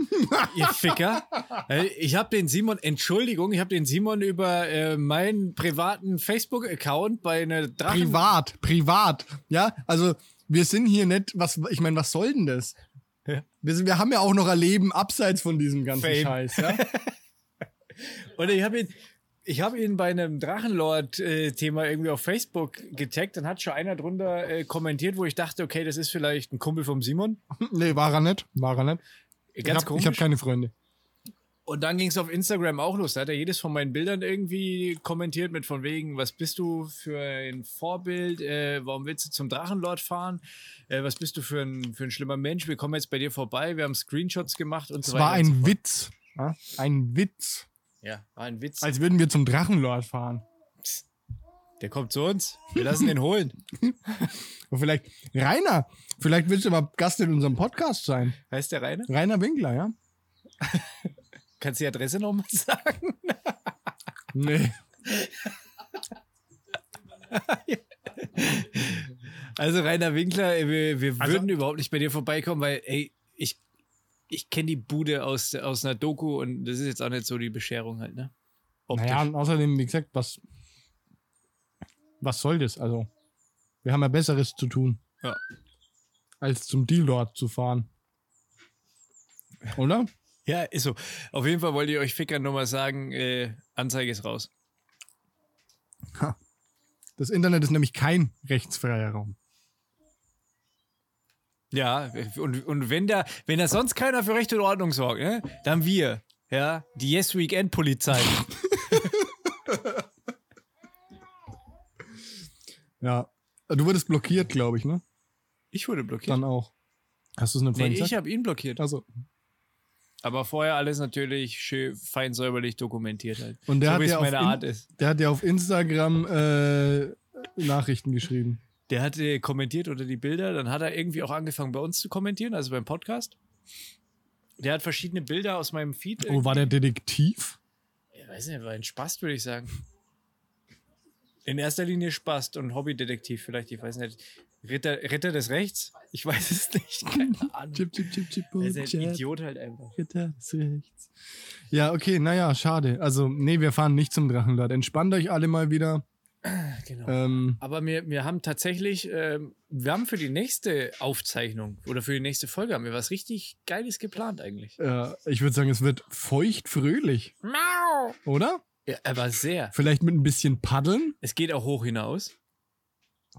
S1: ihr Ficker. Äh, Ich habe den Simon, Entschuldigung, ich habe den Simon über äh, meinen privaten Facebook-Account bei einer Drachen...
S2: Privat, privat. Ja, also wir sind hier nicht, was, ich meine, was soll denn das?
S1: Ja.
S2: Wir, sind, wir haben ja auch noch ein Leben abseits von diesem ganzen
S1: Fame.
S2: Scheiß. Ja?
S1: Und ich habe ihn, ich hab ihn bei einem Drachenlord-Thema irgendwie auf Facebook getaggt. Dann hat schon einer drunter äh, kommentiert, wo ich dachte, okay, das ist vielleicht ein Kumpel vom Simon.
S2: nee, war er nicht. War er nicht.
S1: Ganz
S2: ich habe
S1: komisch.
S2: hab keine Freunde.
S1: Und dann ging es auf Instagram auch los. Da hat er jedes von meinen Bildern irgendwie kommentiert mit von wegen, was bist du für ein Vorbild? Äh, warum willst du zum Drachenlord fahren? Äh, was bist du für ein, für ein schlimmer Mensch? Wir kommen jetzt bei dir vorbei. Wir haben Screenshots gemacht und
S2: Es
S1: so weiter.
S2: war
S1: und so
S2: ein
S1: fort.
S2: Witz. Ja? Ein Witz.
S1: Ja, war ein Witz.
S2: Als würden wir zum Drachenlord fahren.
S1: Der kommt zu uns. Wir lassen den holen.
S2: Und vielleicht, Rainer, vielleicht willst du mal Gast in unserem Podcast sein.
S1: Heißt der Rainer?
S2: Rainer Winkler, ja?
S1: Kannst du die Adresse nochmal sagen?
S2: Nee.
S1: Also Rainer Winkler, äh, wir, wir
S2: Also-
S1: würden überhaupt nicht bei dir vorbeikommen, weil ey, ich, ich kenne die Bude aus, aus einer Doku und das ist jetzt auch nicht so die Bescherung halt, ne? Optisch.
S2: Naja, und außerdem, wie gesagt, was, was soll das? Also, wir haben ja Besseres zu tun,
S1: Ja.
S2: als zum Deal dort zu fahren. Oder?
S1: Ja, ist so. Auf jeden Fall wollte ich euch Fickern nochmal sagen, äh, Anzeige ist raus.
S2: Das Internet ist nämlich kein rechtsfreier Raum.
S1: Ja, und, und wenn da, wenn da sonst keiner für Recht und Ordnung sorgt, ne, dann wir. Ja, die Yes Weekend Polizei.
S2: Ja. Du wurdest blockiert, glaube ich, ne?
S1: Ich wurde blockiert.
S2: Dann auch. Hast du es nicht
S1: nee,
S2: vorhin
S1: ich
S2: gesagt?
S1: habe ihn blockiert.
S2: Also,
S1: Aber vorher alles natürlich schön fein säuberlich dokumentiert halt.
S2: und der,
S1: so
S2: hat
S1: wie es
S2: ja auf
S1: meine
S2: In-
S1: Art ist.
S2: der hat ja auf Instagram äh, Nachrichten geschrieben.
S1: Der hat äh, kommentiert unter die Bilder, dann hat er irgendwie auch angefangen bei uns zu kommentieren, also beim Podcast. Der hat verschiedene Bilder aus meinem Feed.
S2: Oh, war der Detektiv?
S1: Ich weiß nicht, war ein Spaß, würde ich sagen. In erster Linie Spaß und Hobbydetektiv vielleicht, ich weiß nicht. Ritter, Ritter des Rechts? Ich weiß es nicht, keine Ahnung.
S2: Chip, chip, chip, chip,
S1: Er ist ein
S2: chip.
S1: Idiot halt einfach.
S2: Ritter des Rechts. Ja, okay, naja, schade. Also, nee, wir fahren nicht zum Drachenlord. Entspannt euch alle mal wieder.
S1: Genau.
S2: Ähm,
S1: Aber wir, wir haben tatsächlich, ähm, wir haben für die nächste Aufzeichnung oder für die nächste Folge haben wir was richtig Geiles geplant eigentlich.
S2: äh, ich würde sagen, es wird feucht fröhlich. Oder?
S1: Ja, aber sehr.
S2: Vielleicht mit ein bisschen Paddeln.
S1: Es geht auch hoch hinaus.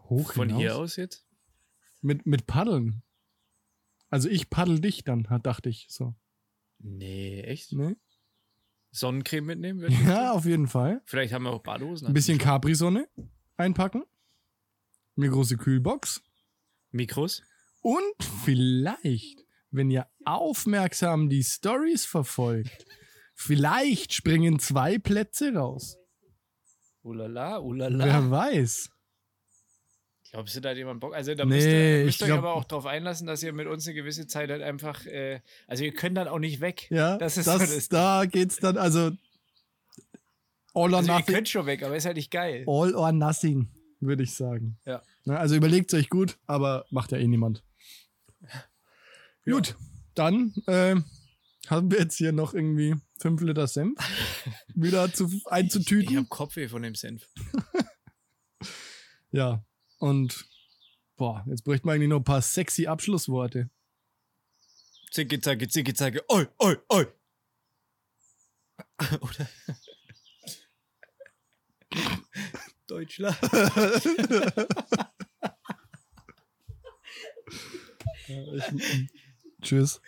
S2: Hoch
S1: Von
S2: hinaus.
S1: hier aus jetzt.
S2: Mit, mit Paddeln. Also ich paddel dich dann, hat- dachte ich so.
S1: Nee, echt?
S2: Ne?
S1: Sonnencreme mitnehmen? Würde ich
S2: Ja,
S1: sagen.
S2: auf jeden Fall.
S1: Vielleicht haben wir auch Badehosen.
S2: Ein
S1: an.
S2: bisschen Capri-Sonne einpacken. Eine große Kühlbox.
S1: Mikros.
S2: Und vielleicht, wenn ihr aufmerksam die Stories verfolgt, vielleicht springen zwei Plätze raus.
S1: Ulala, ulala.
S2: Wer weiß.
S1: Glaubst du, da hat jemand Bock? Also da
S2: Nee,
S1: müsst ihr
S2: ich
S1: müsst euch
S2: glaub-
S1: aber auch drauf einlassen, dass ihr mit uns eine gewisse Zeit halt einfach, äh, also ihr könnt dann auch nicht weg.
S2: Ja,
S1: Das
S2: das
S1: ist
S2: ist
S1: so das-
S2: da geht's dann, also all or
S1: Also ihr
S2: nothing.
S1: könnt schon weg, aber ist halt nicht geil.
S2: All or nothing, würde ich sagen.
S1: Ja.
S2: Na, also überlegt euch gut, aber macht ja eh niemand. Gut, dann äh, haben wir jetzt hier noch irgendwie 5 Liter Senf wieder zu,
S1: Ich, ich
S2: einzutüten.
S1: hab Kopfweh von dem Senf.
S2: Ja, und boah, jetzt bräuchte man eigentlich noch ein paar sexy Abschlussworte.
S1: Zicke, zacke, zicke, zacke, oi, oi, oi. Oder? Deutschland.
S2: Tschüss.